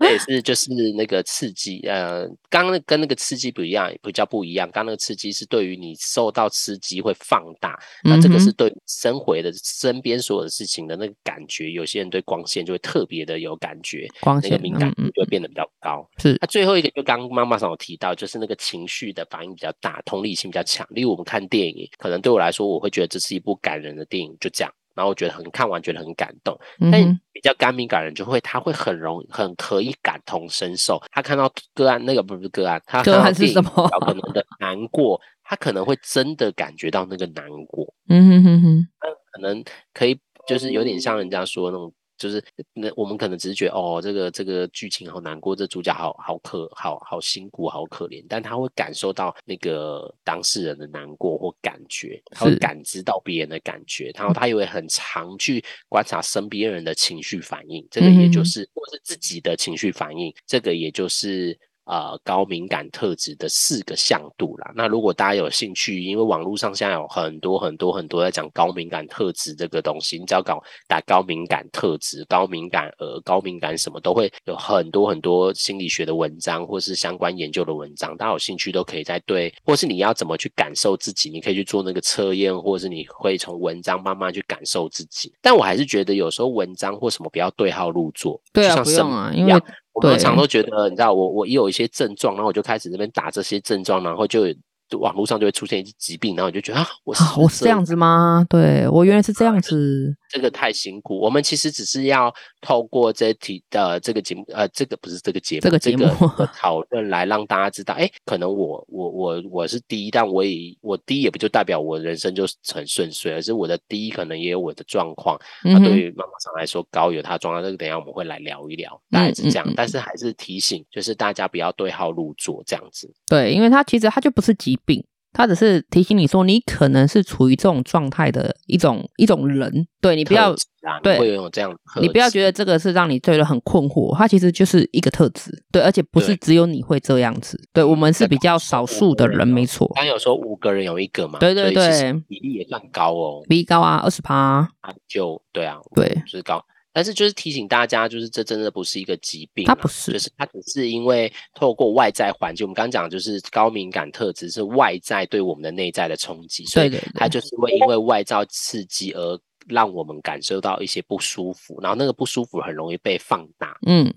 Speaker 1: 这也是就是那个刺激，呃，刚刚那跟那个刺激不一样，比较不一样。刚那个刺激是对于你受到刺激会放大， 那这个
Speaker 2: 嗯哼
Speaker 1: 是对生活的身边所有的事情的那个感觉。有些人对光线就会特别的有感觉，
Speaker 2: 光
Speaker 1: 那
Speaker 2: 线
Speaker 1: 个敏感
Speaker 2: 嗯
Speaker 1: 度
Speaker 2: 嗯
Speaker 1: 就会变得比较高。
Speaker 2: 是
Speaker 1: 那最后一个就刚刚妈妈上有提到，就是那个情绪的反应比较大，同理心比较强。例如我们看电影，可能对我来说，我会觉得这是一部感人的电影，就这样。然后我觉得很看完觉得很感动，
Speaker 2: 嗯哼
Speaker 1: 但比较干敏感的人就会，他会很容很可以感同身受。他看到个案，那个不是个案，他
Speaker 2: 个
Speaker 1: 看到
Speaker 2: 案是
Speaker 1: 电
Speaker 2: 什
Speaker 1: 影
Speaker 2: 么
Speaker 1: 表可能的难过，他可能会真的感觉到那个难过，
Speaker 2: 嗯哼哼哼，
Speaker 1: 可能可以就是有点像人家说的那种。就是那我们可能只是觉得哦，这个这个剧情好难过，这主角好好可好好辛苦，好可怜，但他会感受到那个当事人的难过或感觉，他会
Speaker 2: 是
Speaker 1: 感知到别人的感觉，然后他也会很常去观察身边人的情绪反应，这个也
Speaker 2: 嗯哼
Speaker 1: 就
Speaker 2: 哼
Speaker 1: 是、或是自己的情绪反应，这个也就是。呃，高敏感特质的四个向度啦。那如果大家有兴趣，因为网络上现在有很多很多很多在讲高敏感特质这个东西，你只要搞打高敏感特质、高敏感呃、高敏感什么，都会有很多很多心理学的文章或是相关研究的文章。大家有兴趣都可以在对，或是你要怎么去感受自己，你可以去做那个测验，或是你会从文章慢慢去感受自己。但我还是觉得有时候文章或什么不要对号入座，
Speaker 2: 对
Speaker 1: 就
Speaker 2: 啊，
Speaker 1: 像
Speaker 2: 不
Speaker 1: 生
Speaker 2: 用啊，
Speaker 1: 病
Speaker 2: 因
Speaker 1: 一样
Speaker 2: 为
Speaker 1: 我通
Speaker 2: 对
Speaker 1: 常都觉得，你知道，我我一有一些症状，然后我就开始这边打这些症状，然后就有就网络上就会出现一些疾病，然后你就觉得啊，我是
Speaker 2: 啊
Speaker 1: 不
Speaker 2: 我
Speaker 1: 是
Speaker 2: 是这样子吗？对我原来是这样子，
Speaker 1: 这个太辛苦。我们其实只是要透过这题呃这个节目呃这个不是这个节目
Speaker 2: 这个节目
Speaker 1: 这个讨论来让大家知道，哎，可能我我我我是第一，但我也我第一也不就代表我人生就是很顺遂，而是我的第一可能也有我的状况。那
Speaker 2: 嗯
Speaker 1: 啊对
Speaker 2: 哼，
Speaker 1: 于妈妈上来说，高有它的状况，这个等一下我们会来聊一聊，大概是这样。
Speaker 2: 嗯嗯嗯
Speaker 1: 但是还是提醒，就是大家不要对号入座这样子。
Speaker 2: 对，因为它其实它就不是疾病。它只是提醒你说，你可能是处于这种状态的一种一种人，对你
Speaker 1: 你
Speaker 2: 不要
Speaker 1: 啊，你
Speaker 2: 对
Speaker 1: 会有这样的特质，
Speaker 2: 你不要觉得这个是让你觉得很困惑，它其实就是一个特质，对，而且不是
Speaker 1: 对
Speaker 2: 只有你会这样子，对我们是比较少数的人，
Speaker 1: 哦
Speaker 2: 没错，
Speaker 1: 刚有说五个人有一个嘛，
Speaker 2: 对对
Speaker 1: 所以其实
Speaker 2: 对
Speaker 1: 比例也算高哦。
Speaker 2: 比例高啊，二十趴，
Speaker 1: 啊就对啊，
Speaker 2: 对，
Speaker 1: 就是高。但是就是提醒大家，就是这真的不是一个疾病啊、
Speaker 2: 它不是
Speaker 1: 就是它只是因为透过外在环境，我们刚刚讲的就是高敏感特质是外在对我们的内在的冲击，所
Speaker 2: 对
Speaker 1: 以
Speaker 2: 对对
Speaker 1: 它就是会因为外在刺激而让我们感受到一些不舒服，然后那个不舒服很容易被放大，
Speaker 2: 嗯，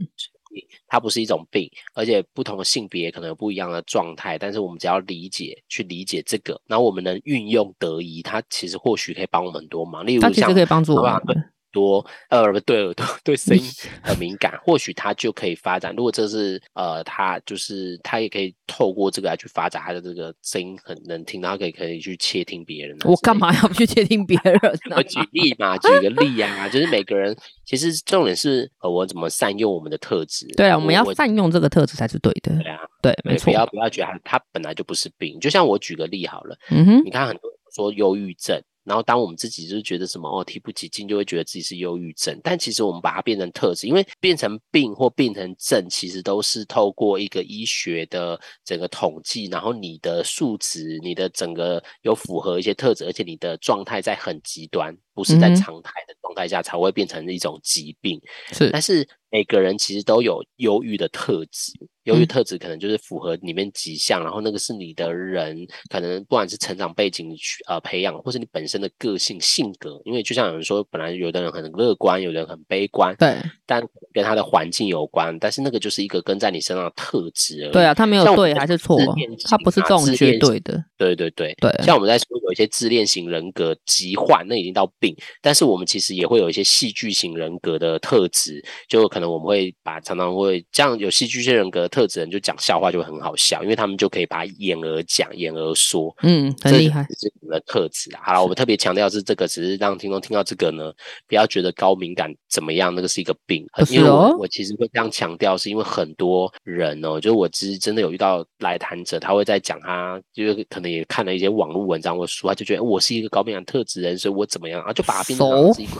Speaker 1: 它不是一种病，而且不同的性别可能有不一样的状态，但是我们只要理解，去理解这个，然后我们能运用得宜，它其实或许可以帮我们很多忙。例如
Speaker 2: 它
Speaker 1: 像
Speaker 2: 其实可以帮助我
Speaker 1: 好
Speaker 2: 们
Speaker 1: 不好，多呃不对耳朵对声音很敏感，或许他就可以发展。如果这是呃他就是他也可以透过这个来去发展他的这个声音很能听，然后可以可以去窃听别人啊之类的。
Speaker 2: 我干嘛要去 接近别人啊呢、
Speaker 1: 我举例嘛，举个例啊，就是每个人其实重点是呃我怎么善用我们的特质。
Speaker 2: 对啊，我们要
Speaker 1: 我
Speaker 2: 善用这个特质才是对的
Speaker 1: 对，啊，
Speaker 2: 对，没
Speaker 1: 对
Speaker 2: 错
Speaker 1: 不，要不要觉得它它本来就不是病。就像我举个例好了，
Speaker 2: 嗯哼，
Speaker 1: 你看很多人说忧郁症，然后当我们自己就是觉得什么哦提不起劲，就会觉得自己是忧郁症。但其实我们把它变成特质，因为变成病或变成症，其实都是透过一个医学的整个统计，然后你的数值、你的整个有符合一些特质，而且你的状态在很极端，不不是在
Speaker 2: 嗯哼
Speaker 1: 常态的状态下才会变成一种疾病。
Speaker 2: 是
Speaker 1: 但是每个人其实都有忧郁的特质，忧郁
Speaker 2: 嗯
Speaker 1: 特质可能就是符合里面几项，然后那个是你的人，可能不管是成长背景去呃培养，或是你本身的个性性格，因为就像有人说，本来有的人很乐观，有的人很悲观，
Speaker 2: 对
Speaker 1: 但跟他的环境有关，但是那个就是一个跟在你身上的特质而已。
Speaker 2: 对啊，他没有
Speaker 1: 像我
Speaker 2: 对
Speaker 1: 们
Speaker 2: 还是错
Speaker 1: 自恋，型
Speaker 2: 他不是
Speaker 1: 啊
Speaker 2: 这种
Speaker 1: 自
Speaker 2: 绝
Speaker 1: 恋型
Speaker 2: 对的，
Speaker 1: 对对对，
Speaker 2: 对，
Speaker 1: 像我们在说有一些自恋型人格疾患，那已经到病，但是我们其实也会有一些戏剧型人格的特质，就可能我们会把常常会这样有戏剧性人格的特质的人就讲笑话就会很好笑，因为他们就可以把掩而讲、掩而说，
Speaker 2: 嗯，很
Speaker 1: 这
Speaker 2: 厉
Speaker 1: 就
Speaker 2: 害，
Speaker 1: 是我们的特质啊。好了，我们特别强调是这个，只是让听众听到这个呢，不要觉得高敏感怎么样，那个是一个病。
Speaker 2: 不是
Speaker 1: 因为
Speaker 2: 哦
Speaker 1: 我我其实会这样强调，是因为很多人哦，就是我其实真的有遇到来谈者，他会在讲他，就是可能也看了一些网络文章或书，他就觉得、我是一个高敏感特质人，所以我怎么样啊，就把它变成好像是一个，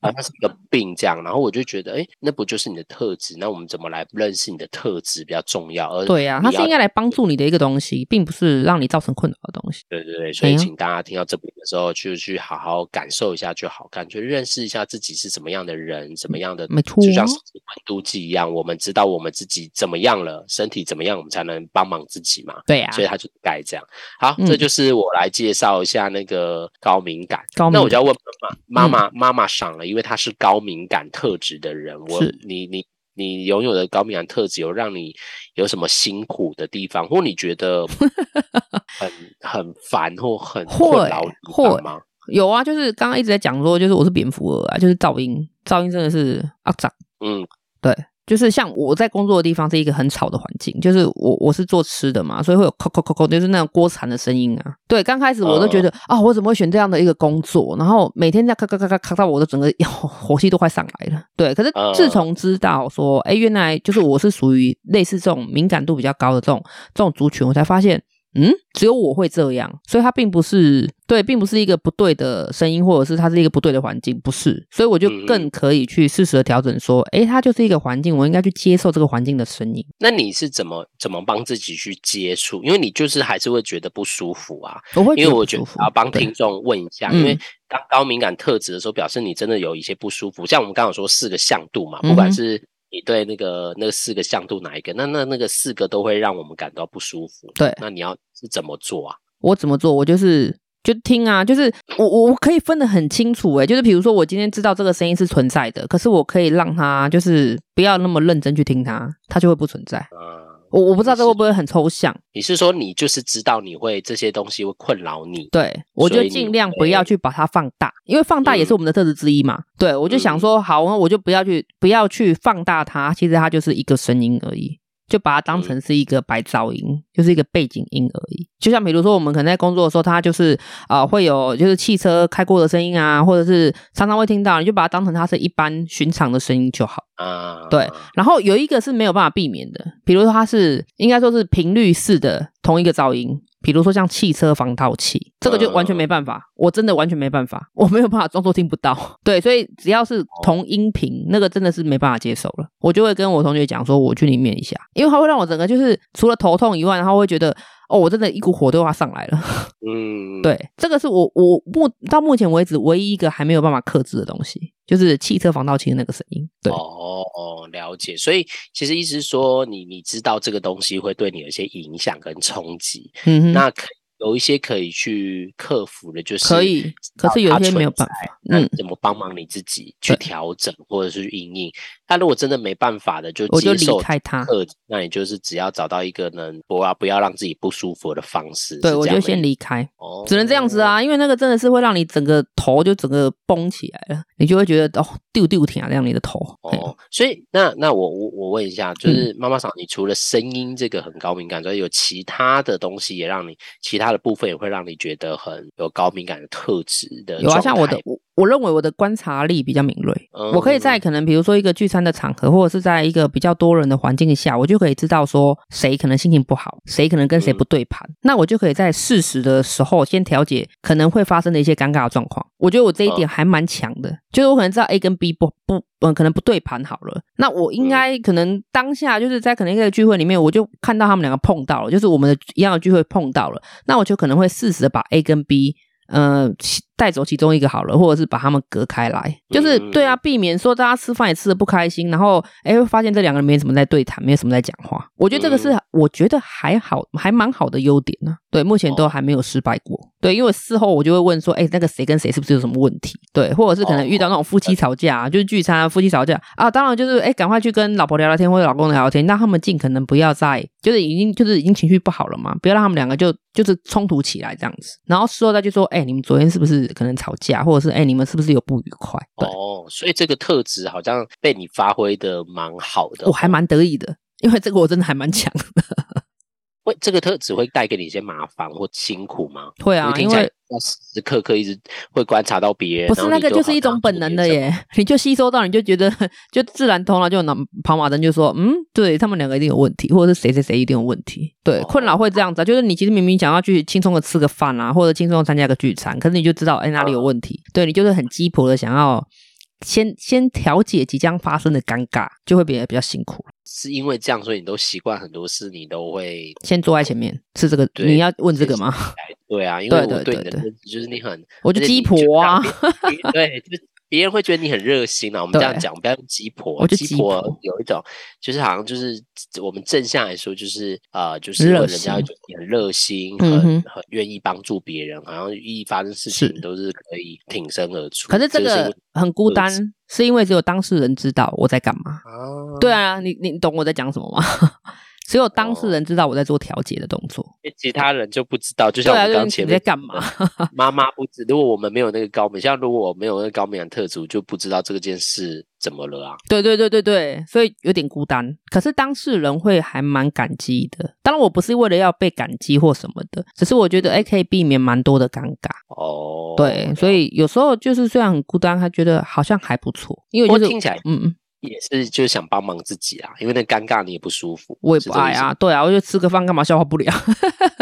Speaker 1: 好像是一个病这样。然后我就觉得，哎，那不就是你的特质？那我们怎么来认识你的特质比较重要？而
Speaker 2: 对啊，
Speaker 1: 你
Speaker 2: 他是
Speaker 1: 要
Speaker 2: 应该来帮助你的一个东西，并不是让你造成困扰的东西。
Speaker 1: 对对对，所
Speaker 2: 哎
Speaker 1: 以
Speaker 2: 呀
Speaker 1: 请大家听到这边的时候，就去好好感受一下就好，感觉认识一下自己是怎么样的人，怎么样的，
Speaker 2: 没错哦
Speaker 1: 就像是温度计一样，我们知道我们自己怎么样了，身体怎么样，我们才能帮忙自己嘛。
Speaker 2: 对啊，
Speaker 1: 所以他就该这样。好，
Speaker 2: 嗯
Speaker 1: 这就是我来介绍一下那个高敏感。
Speaker 2: 高
Speaker 1: 那
Speaker 2: 敏嗯
Speaker 1: 我就要问妈妈，妈妈妈妈赏了，因为她是高敏感特质的人。我
Speaker 2: 是
Speaker 1: 你你你拥有的高敏感特质，有让你有什么辛苦的地方，或你觉 得很很烦或很困扰你
Speaker 2: 会会
Speaker 1: 吗？
Speaker 2: 有啊，就是刚刚一直在讲说，就是我是蝙蝠蛾啊，就是噪音，噪音真的是啊长。
Speaker 1: 嗯，
Speaker 2: 就是像我在工作的地方是一个很吵的环境，就是我我是做吃的嘛，所以会有扣扣扣扣，就是那种锅铲的声音啊。对，刚开始我都觉得啊、我怎么会选这样的一个工作？然后每天在咔咔咔咔咔到我的整个 火气都快上来了。对，可是
Speaker 1: 嗯
Speaker 2: 自从知道说，哎、原来就是我是属于类似这种敏感度比较高的这种这种族群，我才发现。嗯，只有我会这样，所以它并不是对，并不是一个不对的声音，或者是它是一个不对的环境，不是。所以我就
Speaker 1: 嗯
Speaker 2: 更可以去适时的调整，说，诶，它就是一个环境，我应该去接受这个环境的声音。
Speaker 1: 那你是怎么怎么帮自己去接触？因为你就是还是会觉得不舒服啊。
Speaker 2: 我会
Speaker 1: 因为我
Speaker 2: 觉
Speaker 1: 觉
Speaker 2: 得
Speaker 1: 得
Speaker 2: 不舒服
Speaker 1: 要帮
Speaker 2: 对
Speaker 1: 听众问一下，
Speaker 2: 嗯
Speaker 1: 因为当高敏感特质的时候，表示你真的有一些不舒服。像我们刚刚有说四个向度嘛，
Speaker 2: 嗯哼
Speaker 1: 不管是你对那个那四个向度哪一个，那那那个四个都会让我们感到不舒服。
Speaker 2: 对
Speaker 1: 那你要是怎么做啊？
Speaker 2: 我怎么做，我就是就听啊，就是我我我可以分得很清楚诶、就是比如说我今天知道这个声音是存在的，可是我可以让它就是不要那么认真去听它，它就会不存在。
Speaker 1: 啊、
Speaker 2: 我我不知道这
Speaker 1: 是
Speaker 2: 会不会很抽象，
Speaker 1: 你是说你就是知道你会这些东西会困扰你？
Speaker 2: 对，我
Speaker 1: 所
Speaker 2: 就
Speaker 1: 以你嗯
Speaker 2: 尽量不要
Speaker 1: 会
Speaker 2: 去把它放大，因为放大也是我们的特质之一嘛。对，我就
Speaker 1: 嗯
Speaker 2: 想说，好，那我就不要去不要去放大它，其实它就是一个声音而已，就把它当
Speaker 1: 嗯
Speaker 2: 成是一个白噪音，就是一个背景音而已。就像比如说我们可能在工作的时候，它就是啊、呃会有就是汽车开过的声音啊，或者是常常会听到，你就把它当成它是一般寻常的声音就好。
Speaker 1: 啊、
Speaker 2: 对然后有一个是没有办法避免的，比如说它是应该说是频率式的同一个噪音，比如说像汽车防盗器，这个就完全
Speaker 1: 嗯
Speaker 2: 没办法，我真的完全没办法，我没有办法装作听不到。 对，所以只要
Speaker 1: 哦
Speaker 2: 是同音频，那个真的是没办法接受了。我就会跟我同学讲说，我去里面一下，因为它会让我整个就是除了头痛以外，然后会觉得哦，我真的一股火都要上来了。
Speaker 1: 嗯，
Speaker 2: 对，这个是我我目到目前为止唯一一个还没有办法克制的东西，就是汽车防盗器的那个声音。对。
Speaker 1: 哦哦，了解。所以其实意思是说你，你知道这个东西会对你有一些影响跟冲击，
Speaker 2: 嗯哼。
Speaker 1: 那可有一些可以去克服的，就是
Speaker 2: 可以
Speaker 1: 知道
Speaker 2: 可是有
Speaker 1: 它
Speaker 2: 一些没有
Speaker 1: 存在
Speaker 2: 办法
Speaker 1: 那
Speaker 2: 嗯
Speaker 1: 怎么帮忙你自己去
Speaker 2: 对
Speaker 1: 调整或者是去应应？那如果真的没办法的，就
Speaker 2: 我就
Speaker 1: 接
Speaker 2: 离
Speaker 1: 受
Speaker 2: 开它
Speaker 1: 克制那你就是只要找到一个能不要不要让自己不舒服的方式。
Speaker 2: 对，
Speaker 1: 是
Speaker 2: 我
Speaker 1: 这样
Speaker 2: 就
Speaker 1: 的
Speaker 2: 先
Speaker 1: 意
Speaker 2: 离开，
Speaker 1: 思，哦
Speaker 2: 只能这样子。啊，因为那个真的是会让你整个头就整个绷起来了，你就会觉得哦丢丢挺啊，这样你的头。哦，
Speaker 1: 哦，所以那那我我我问一下，就是妈妈桑，你除了声音这个很高敏感之外，有其他的东西也让你其他的部分也会让你觉得很有高敏感的特质的
Speaker 2: 有啊，
Speaker 1: 状
Speaker 2: 像我的
Speaker 1: 态，
Speaker 2: 我我认为我的观察力比较敏锐，
Speaker 1: 嗯
Speaker 2: 我可以在可能比如说一个聚餐的场合，或者是在一个比较多人的环境下，我就可以知道说谁可能心情不好，谁可能跟谁不对盘，那我就可以在适时的时候先调节可能会发生的一些尴尬的状况。我觉得我这一点还蛮强的，就是我可能知道 A 跟 B 不不嗯、可能不对盘好了，那我应该可能当下就是在可能一个聚会里面，我就看到他们两个碰到了，就是我们的一样的聚会碰到了。那我就可能会适时的把 A 跟 B，呃，其带走其中一个好了，或者是把他们隔开来，就是对啊，避免说大家吃饭也吃的不开心，然后哎会发现这两个人没什么在对谈，没有什么在讲话。我觉得这个是我觉得还好，还蛮好的优点呢、对，目前都还没有失败过。对，因为事后我就会问说，哎，那个谁跟谁是不是有什么问题？对，或者是可能遇到那种夫妻吵架、啊，就是聚餐啊、夫妻吵架啊，当然就是哎，赶快去跟老婆聊聊天或者老公聊聊天，让他们尽可能不要再就是已经就是已经情绪不好了嘛，不要让他们两个就就是冲突起来这样子，然后事后再去说，哎，你们昨天是不是可能吵架，或者是哎你们是不是有不愉快？对，
Speaker 1: 哦，所以这个特质好像被你发挥的蛮好的哦、
Speaker 2: 我还蛮得意的，因为这个我真的还蛮强的。
Speaker 1: 会这个特质会带给你一些麻烦或辛苦吗？
Speaker 2: 会啊
Speaker 1: 我，听
Speaker 2: 因
Speaker 1: 起来
Speaker 2: 为
Speaker 1: 要时时刻刻一直会观察到别人，
Speaker 2: 不是
Speaker 1: 然后
Speaker 2: 那
Speaker 1: 你
Speaker 2: 个，
Speaker 1: 都
Speaker 2: 就是
Speaker 1: 好
Speaker 2: 一种
Speaker 1: 像
Speaker 2: 本
Speaker 1: 做
Speaker 2: 能
Speaker 1: 点
Speaker 2: 的
Speaker 1: 什么。
Speaker 2: 耶，你就吸收到，你就觉得 就自然头脑就有脑跑马灯就说，嗯，对他们两个一定有问题，或者是谁谁谁一定有问题，对，
Speaker 1: 哦
Speaker 2: 困扰会这样子、啊，就是你其实明明想要去轻松的吃个饭啊，或者轻松的参加个聚餐，可是你就知道哎哪里有问题，对你就是很鸡婆的想要先先调解即将发生的尴尬，就会变得比较辛苦，
Speaker 1: 是因为这样，所以你都习惯很多事，你都会
Speaker 2: 先坐在前面是这个，
Speaker 1: 对
Speaker 2: 你要问这个吗？
Speaker 1: 哎对啊，因
Speaker 2: 对
Speaker 1: 为我
Speaker 2: 对
Speaker 1: 对你
Speaker 2: 对
Speaker 1: 的
Speaker 2: 对
Speaker 1: 认知就是你很，
Speaker 2: 我就
Speaker 1: 就
Speaker 2: 鸡婆啊，
Speaker 1: 对，就是别人会觉得你很热心 啊。我们这
Speaker 2: 对
Speaker 1: 样讲，不要用鸡婆，
Speaker 2: 我就
Speaker 1: 鸡
Speaker 2: 鸡
Speaker 1: 婆
Speaker 2: 婆
Speaker 1: 有一种就是好像就是我们正向来说，就是呃，就是
Speaker 2: 热
Speaker 1: 会人家会
Speaker 2: 心
Speaker 1: 觉得你很热心，
Speaker 2: 嗯
Speaker 1: 很
Speaker 2: 哼
Speaker 1: 很愿意帮助别人，好像一发生事
Speaker 2: 是
Speaker 1: 情都是可以挺身而出。
Speaker 2: 可是这
Speaker 1: 就因
Speaker 2: 个
Speaker 1: 为
Speaker 2: 很孤
Speaker 1: 特
Speaker 2: 单
Speaker 1: 质，
Speaker 2: 是因为只有当事人知道我在干嘛。
Speaker 1: 啊，
Speaker 2: 对啊，你你懂我在讲什么吗？ 只有当事
Speaker 1: 哦
Speaker 2: 人知道我在做调节的动作。
Speaker 1: 因为其他人就不知道，就
Speaker 2: 对
Speaker 1: 像我
Speaker 2: 啊，
Speaker 1: 们
Speaker 2: 就是
Speaker 1: 刚
Speaker 2: 你
Speaker 1: 前
Speaker 2: 你
Speaker 1: 面
Speaker 2: 在干嘛？
Speaker 1: 妈妈不知，如果我们没有那个高敏，像如果我没有那个高敏感特质，我就不知道这个件事怎么了啊。
Speaker 2: 对对对对对，所以有点孤单。可是当事人会还蛮感激的。当然，我不是为了要被感激或什么的，只是我觉得哎，可以避免蛮多的尴尬。
Speaker 1: 嗯哦，
Speaker 2: 对，所以有时候就是虽然很孤单，还觉得好像还不错，因为
Speaker 1: 我
Speaker 2: 就是
Speaker 1: 听起来
Speaker 2: 嗯嗯，
Speaker 1: 也是就是想帮忙自己啊，因为那尴尬你也不舒服，
Speaker 2: 我也
Speaker 1: 是
Speaker 2: 不
Speaker 1: 这个
Speaker 2: 爱
Speaker 1: 意思吗
Speaker 2: 啊，。对啊，我就吃个饭干嘛消化不了？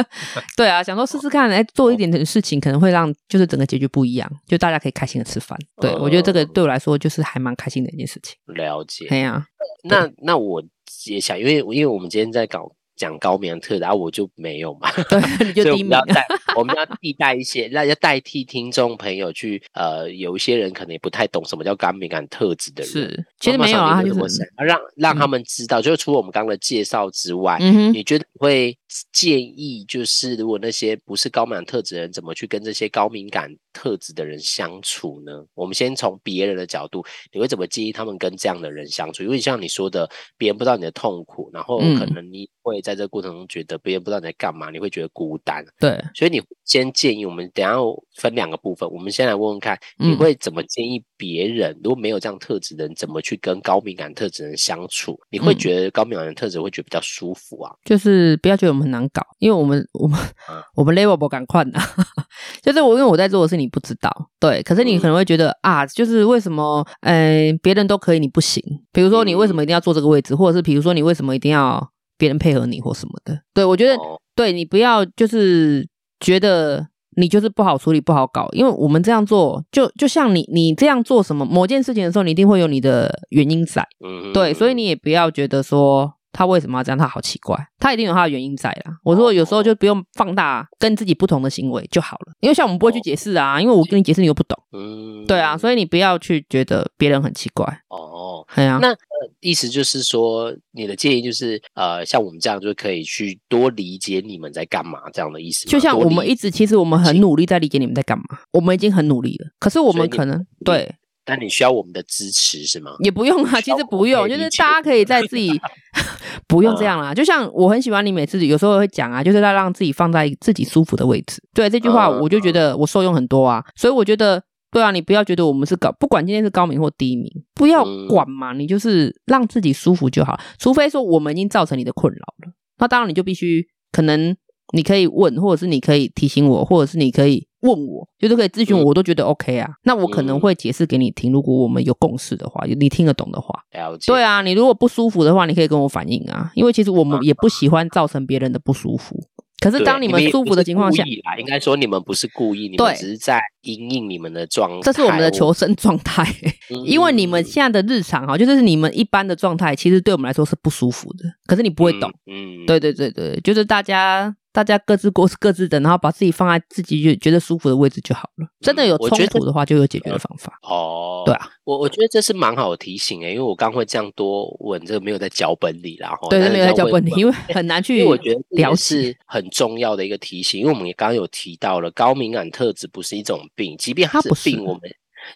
Speaker 2: 对啊，想说试试看，哎，做一点点事情可能会让就是整个结局不一样，就大家可以开心的吃饭。对、
Speaker 1: 嗯
Speaker 2: 我觉得这个对我来说就是还蛮开心的一件事情。
Speaker 1: 了解。
Speaker 2: 哎呀、
Speaker 1: 那那我也想，因为因为我们今天在搞讲高敏感特质，然后我就没有嘛，
Speaker 2: 对，你 就
Speaker 1: 所以我
Speaker 2: 第一
Speaker 1: 们
Speaker 2: 名
Speaker 1: 要。代我们要替代一些，那要代替听众朋友去呃，有一些人可能也不太懂什么叫高敏感特质的人。
Speaker 2: 是，其实没有啊，
Speaker 1: 妈妈
Speaker 2: 他
Speaker 1: 桑你会
Speaker 2: 就
Speaker 1: 怎么
Speaker 2: 是
Speaker 1: 想，啊让让他
Speaker 2: 嗯
Speaker 1: 们知道，就是除了我们刚刚的介绍之外，
Speaker 2: 嗯哼，
Speaker 1: 你觉得你会建议，就是如果那些不是高敏感特质的人，怎么去跟这些高敏感特质的人相处呢？我们先从别人的角度，你会怎么建议他们跟这样的人相处？因为像你说的，别人不知道你的痛苦，然后可
Speaker 2: 嗯
Speaker 1: 能你会在这个过程中觉得别人不知道你在干嘛，你会觉得孤单。
Speaker 2: 对，
Speaker 1: 所以你先建议我们，等一下分两个部分，我们先来问问看，
Speaker 2: 嗯
Speaker 1: 你会怎么建议别人？如果没有这样特质的人，怎么去跟高敏感特质的人相处？你会
Speaker 2: 嗯
Speaker 1: 觉得高敏感的特质会觉得比较舒服啊？
Speaker 2: 就是不要觉得我们很难搞，因为我们我们、
Speaker 1: 啊
Speaker 2: 我们 level 不赶快的， 就是我因为我在做的事你不知道，对，可是你可能会觉得、啊，就是为什么嗯、呃别人都可以你不行？比如说你为什么一定要坐这个位置，或者是比如说你为什么一定要别人配合你或什么的？对我觉得、
Speaker 1: 哦
Speaker 2: 对你不要就是觉得你就是不好处理、不好搞，因为我们这样做，就就像你你这样做什么某件事情的时候，你一定会有你的原因在。
Speaker 1: 嗯哼，
Speaker 2: 对，所以你也不要觉得说他为什么要这样，他好奇怪，他一定有他的原因在啦。我说有时
Speaker 1: 哦
Speaker 2: 候就不用放大跟自己不同的行为就好了，因为像我们不会去解释啊，因为我跟你解释你又不懂，
Speaker 1: 哦嗯，
Speaker 2: 对啊，所以你不要去觉得别人很奇怪，
Speaker 1: 哦，
Speaker 2: 对啊，
Speaker 1: 那、呃意思就是说，你的建议就是呃，像我们这样就可以去多理解你们在干嘛这样的意思吗，
Speaker 2: 就像
Speaker 1: 多
Speaker 2: 我
Speaker 1: 理
Speaker 2: 们一直其实我们很努力在理解你们在干嘛，我们已经很努力了，可是我
Speaker 1: 所以
Speaker 2: 们
Speaker 1: 你
Speaker 2: 可能对
Speaker 1: 但你需要我们的支持是吗？
Speaker 2: 也不用啊，其实不用，就是大家可以在 自己 不
Speaker 1: 嗯
Speaker 2: 用这样啦。就像我很喜欢你每次有时候会讲啊，就是要让自己放在自己舒服的位置。对这句话，
Speaker 1: 嗯
Speaker 2: 我就觉得我受用很多啊，所以我觉得。对啊，你不要觉得我们是高，不管今天是高明或低明，不要
Speaker 1: 嗯
Speaker 2: 管嘛，你就是让自己舒服就好。除非说我们已经造成你的困扰了，那当然你就必须可能你可以问，或者是你可以提醒我，或者是你可以问我，就是可以咨询我，
Speaker 1: 嗯
Speaker 2: 我都觉得 OK 啊。那我可能
Speaker 1: 嗯
Speaker 2: 会解释给你听，如果我们有共识的话，你听得懂的话。
Speaker 1: 了解，
Speaker 2: 对啊，你如果不舒服的话，你可以跟我反映啊，因为其实我们也不喜欢造成别人的不舒服。可是
Speaker 1: 对
Speaker 2: 当你们
Speaker 1: 也
Speaker 2: 舒
Speaker 1: 不
Speaker 2: 服的
Speaker 1: 是
Speaker 2: 情况
Speaker 1: 故
Speaker 2: 下，
Speaker 1: 意啦应该说你们不是故意，你们
Speaker 2: 对
Speaker 1: 只是在因应你们的状态。
Speaker 2: 这是我们的求
Speaker 1: 或，
Speaker 2: 生 状态，
Speaker 1: 哦嗯
Speaker 2: 因为你们现在的日常哈，就是你们一般的状态，其实对我们来说是不舒服的，可是你不会懂。，
Speaker 1: 嗯，嗯
Speaker 2: 对，对对对，就是大家大家各自过各自的，然后把自己放在自己觉觉得舒服的位置就好了。真的有
Speaker 1: 嗯我
Speaker 2: 冲
Speaker 1: 觉得呃
Speaker 2: 突的话，就有解决的方法。
Speaker 1: 哦，
Speaker 2: 对啊，
Speaker 1: 我我觉得这是蛮好的提醒欸诶、因为我刚会这样多问，这个没有在脚本里啦，吼
Speaker 2: 对，
Speaker 1: 但
Speaker 2: 这
Speaker 1: 是
Speaker 2: 没有在
Speaker 1: 要
Speaker 2: 脚
Speaker 1: 问
Speaker 2: 本里，
Speaker 1: 问
Speaker 2: 因为很难
Speaker 1: 因
Speaker 2: 去
Speaker 1: 为我觉得这
Speaker 2: 了
Speaker 1: 也
Speaker 2: 解。
Speaker 1: 是很重要的一个提醒，因为我们也刚刚有提到了，高敏感特质不是一种病，即便
Speaker 2: 它
Speaker 1: 是
Speaker 2: 不是
Speaker 1: 病，我们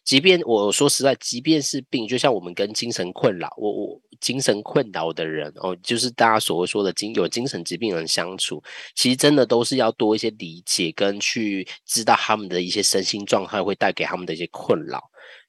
Speaker 1: 即便我说实在，即便是病，就像我们跟精神困扰，我我精神困扰的人哦，就是大家所谓说的精有精神疾病的人相处，其实真的都是要多一些理解跟去知道他们的一些身心状态会带给他们的一些困扰，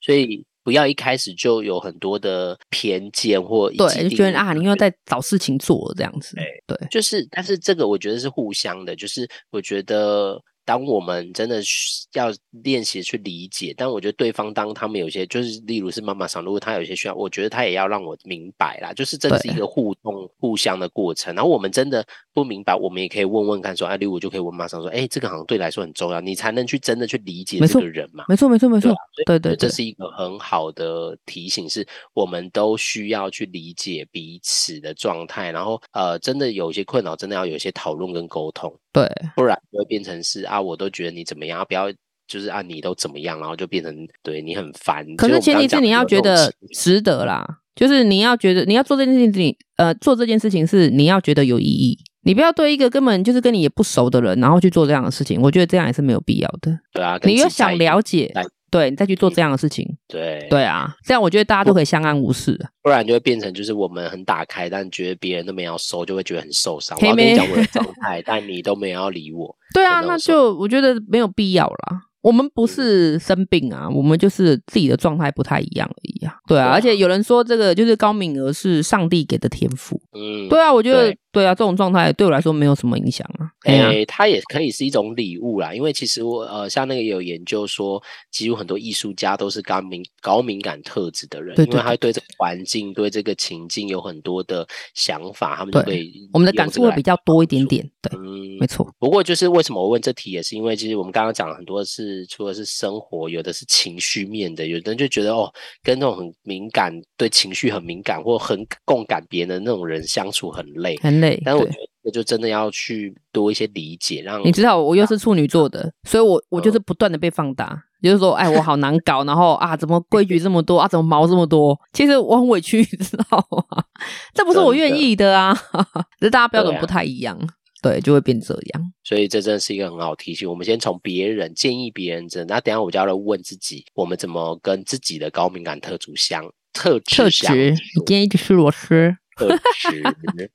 Speaker 1: 所以。不要一开始就有很多的偏见或以及
Speaker 2: 对，就觉
Speaker 1: 定
Speaker 2: 得啊，
Speaker 1: 义
Speaker 2: 你又在找事情做了这样子。对，
Speaker 1: 就是，但是这个我觉得是互相的，就是我觉得。当我们真的需要练习去理解，但我觉得对方当他们有些就是，例如是妈妈桑，如果他有些需要，我觉得他也要让我明白啦，就是这
Speaker 2: 对
Speaker 1: 是一个互动、互相的过程。然后我们真的不明白，我们也可以问问看，说，哎，例如我就可以问妈妈桑说，哎，这个好像对你来说很重要，你才能去真的去理解
Speaker 2: 没
Speaker 1: 这
Speaker 2: 错
Speaker 1: 个人嘛。
Speaker 2: 没错，没错，没
Speaker 1: 对
Speaker 2: 错
Speaker 1: 啊。所以
Speaker 2: 对对
Speaker 1: 这
Speaker 2: 对，
Speaker 1: 是一个很好的提醒，是我们都需要去理解彼此的状态，然后呃，真的有一些困扰，真的要有一些讨论跟沟通，
Speaker 2: 对
Speaker 1: 不然就会变成是啊，我都觉得你怎么样，不要就是啊，你都怎么样，然后就变成对你很烦。
Speaker 2: 可
Speaker 1: 就是我们
Speaker 2: 前
Speaker 1: 刚刚
Speaker 2: 提是
Speaker 1: 讲
Speaker 2: 你
Speaker 1: 的
Speaker 2: 要
Speaker 1: 有
Speaker 2: 觉
Speaker 1: 这种
Speaker 2: 得值得啦，就是你要觉得你要做这件事情，呃，做这件事情是你要觉得有意义，你不要对一个根本就是跟你也不熟的人，然后去做这样的事情，我觉得这样也是没有必要的。
Speaker 1: 对啊，跟
Speaker 2: 你
Speaker 1: 自
Speaker 2: 要
Speaker 1: 己在
Speaker 2: 想
Speaker 1: 意
Speaker 2: 了解
Speaker 1: 在意，嗯
Speaker 2: 对你再去做这样的事情，
Speaker 1: 对，
Speaker 2: 对啊，这样我觉得大家都可以相安无事。
Speaker 1: 不然就会变成就是我们很打开，但觉得别人都没有要收，就会觉得很受伤。我
Speaker 2: 嘿
Speaker 1: 要跟你
Speaker 2: 咩
Speaker 1: 讲我的状态，但你都没有要理我。
Speaker 2: 对啊，
Speaker 1: 对
Speaker 2: 那
Speaker 1: 那种
Speaker 2: 就我觉得没有必要啦。我们不是生病啊，我们就是自己的状态不太一样而已啊。对
Speaker 1: 对
Speaker 2: 啊，
Speaker 1: 啊
Speaker 2: 而且有人说这个就是高敏儿是上帝给的天赋。
Speaker 1: 嗯，
Speaker 2: 对啊，我觉得
Speaker 1: 对
Speaker 2: 对啊，这种状态对我来说没有什么影响啊。哎呀，
Speaker 1: 诶、它也可以是一种礼物啦，因为其实我呃，像那个有研究说，几乎很多艺术家都是高敏高敏感特质的人，
Speaker 2: 对
Speaker 1: 因
Speaker 2: 对
Speaker 1: 为他对这个环境、对这个情境有很多的想法，他们就
Speaker 2: 对
Speaker 1: 可以
Speaker 2: 我们的
Speaker 1: 用
Speaker 2: 感
Speaker 1: 这
Speaker 2: 触
Speaker 1: 个
Speaker 2: 会
Speaker 1: 来
Speaker 2: 比较多一点点。对，
Speaker 1: 嗯
Speaker 2: 没，错，
Speaker 1: 不过就是为什么我问这题，也是因为其实我们刚刚讲了很多是，除了是生活，有的是情绪面的，有的人就觉得哦，跟那种很敏感、对情绪很敏感或很共感别人的那种人相处很累。
Speaker 2: 很累。
Speaker 1: 但是我
Speaker 2: 对
Speaker 1: 觉得这就真的要去多一些理解，让
Speaker 2: 你知道我又是处女座的，所以我我就是不断的被放大， 就是说，哎，我好难搞，然后啊，怎么规矩这么多啊，怎么毛这么多？其实我很委屈，你 知道吗？这不是我愿意的啊，只是大家标准
Speaker 1: 对啊
Speaker 2: 不太一样，对，就会变这样。
Speaker 1: 所以这真的是一个很好的提醒。我们先从别人建议别人这，那等一下我就要来问自己，我们怎么跟自己的高敏感特质相特
Speaker 2: 特
Speaker 1: 质相
Speaker 2: 质，
Speaker 1: 处
Speaker 2: 你今天一直吃螺丝，
Speaker 1: 特质。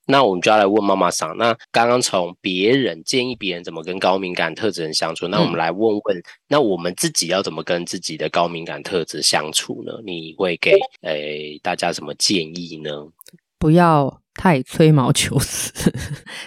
Speaker 1: 那我们就要来问妈妈桑。那刚刚从别人建议别人怎么跟高敏感特质人相处，那我
Speaker 2: 嗯
Speaker 1: 们来问问，那我们自己要怎么跟自己的高敏感特质相处呢？你会给诶、大家什么建议呢？
Speaker 2: 不要太吹毛求疵，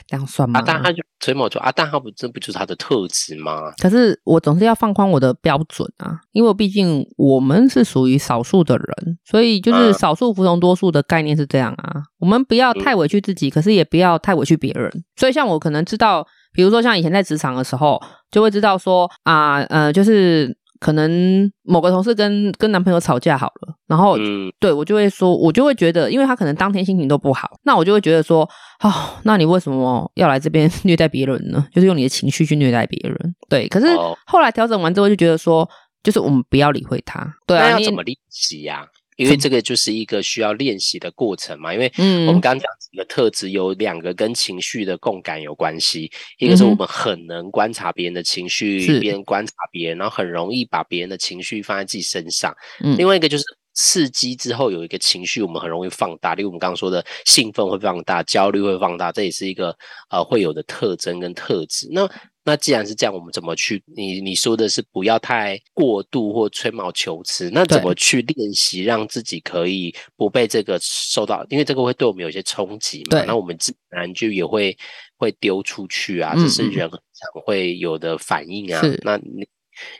Speaker 2: 这样算吗
Speaker 1: 啊，？但他就吹毛求疵啊，但他不这不就是他的特质吗？
Speaker 2: 可是我总是要放宽我的标准啊，因为毕竟我们是属于少数的人，所以就是
Speaker 1: 嗯
Speaker 2: 少数服从多数的概念是这样啊。我们不要太委屈自己，可是也不要太委屈别人。所以像我可能知道，比如说像以前在职场的时候，就会知道说啊，呃，就是可能某个同事跟跟男朋友吵架好了，然后
Speaker 1: 嗯，
Speaker 2: 对我就会说，我就会觉得，因为他可能当天心情都不好，那我就会觉得说，哦，那你为什么要来这边 虐待别人呢？就是用你的情绪去虐待别人。对，可是
Speaker 1: 哦
Speaker 2: 后来调整完之后，就觉得说，就是我们不要理会他。对
Speaker 1: 那
Speaker 2: 啊，
Speaker 1: 要
Speaker 2: 你
Speaker 1: 怎么练习呀、因为
Speaker 2: 怎么
Speaker 1: 这个就是一个需要练习的过程嘛，因为
Speaker 2: 嗯
Speaker 1: 我们刚刚讲几个特质，有两个跟情绪的共感有关系，一个是我
Speaker 2: 嗯哼
Speaker 1: 们很能观察别人的情绪，
Speaker 2: 是
Speaker 1: 边观察别人，然后很容易把别人的情绪放在自己身上；
Speaker 2: 嗯
Speaker 1: 另外一个就是刺激之后有一个情绪，我们很容易放大，例如我们刚刚说的兴奋会放大，焦虑会放大，这也是一个呃会有的特征跟特质。那那既然是这样，我们怎么去？你你说的是不要太过度或吹毛求疵，那怎
Speaker 2: 对
Speaker 1: 么去练习让自己可以不被这个受到？因为这个会对我们有一些冲击嘛
Speaker 2: 对，
Speaker 1: 那我们自然就也会会丢出去啊，
Speaker 2: 嗯
Speaker 1: 这是
Speaker 2: 嗯
Speaker 1: 人很常会有的反应啊
Speaker 2: 是。
Speaker 1: 那你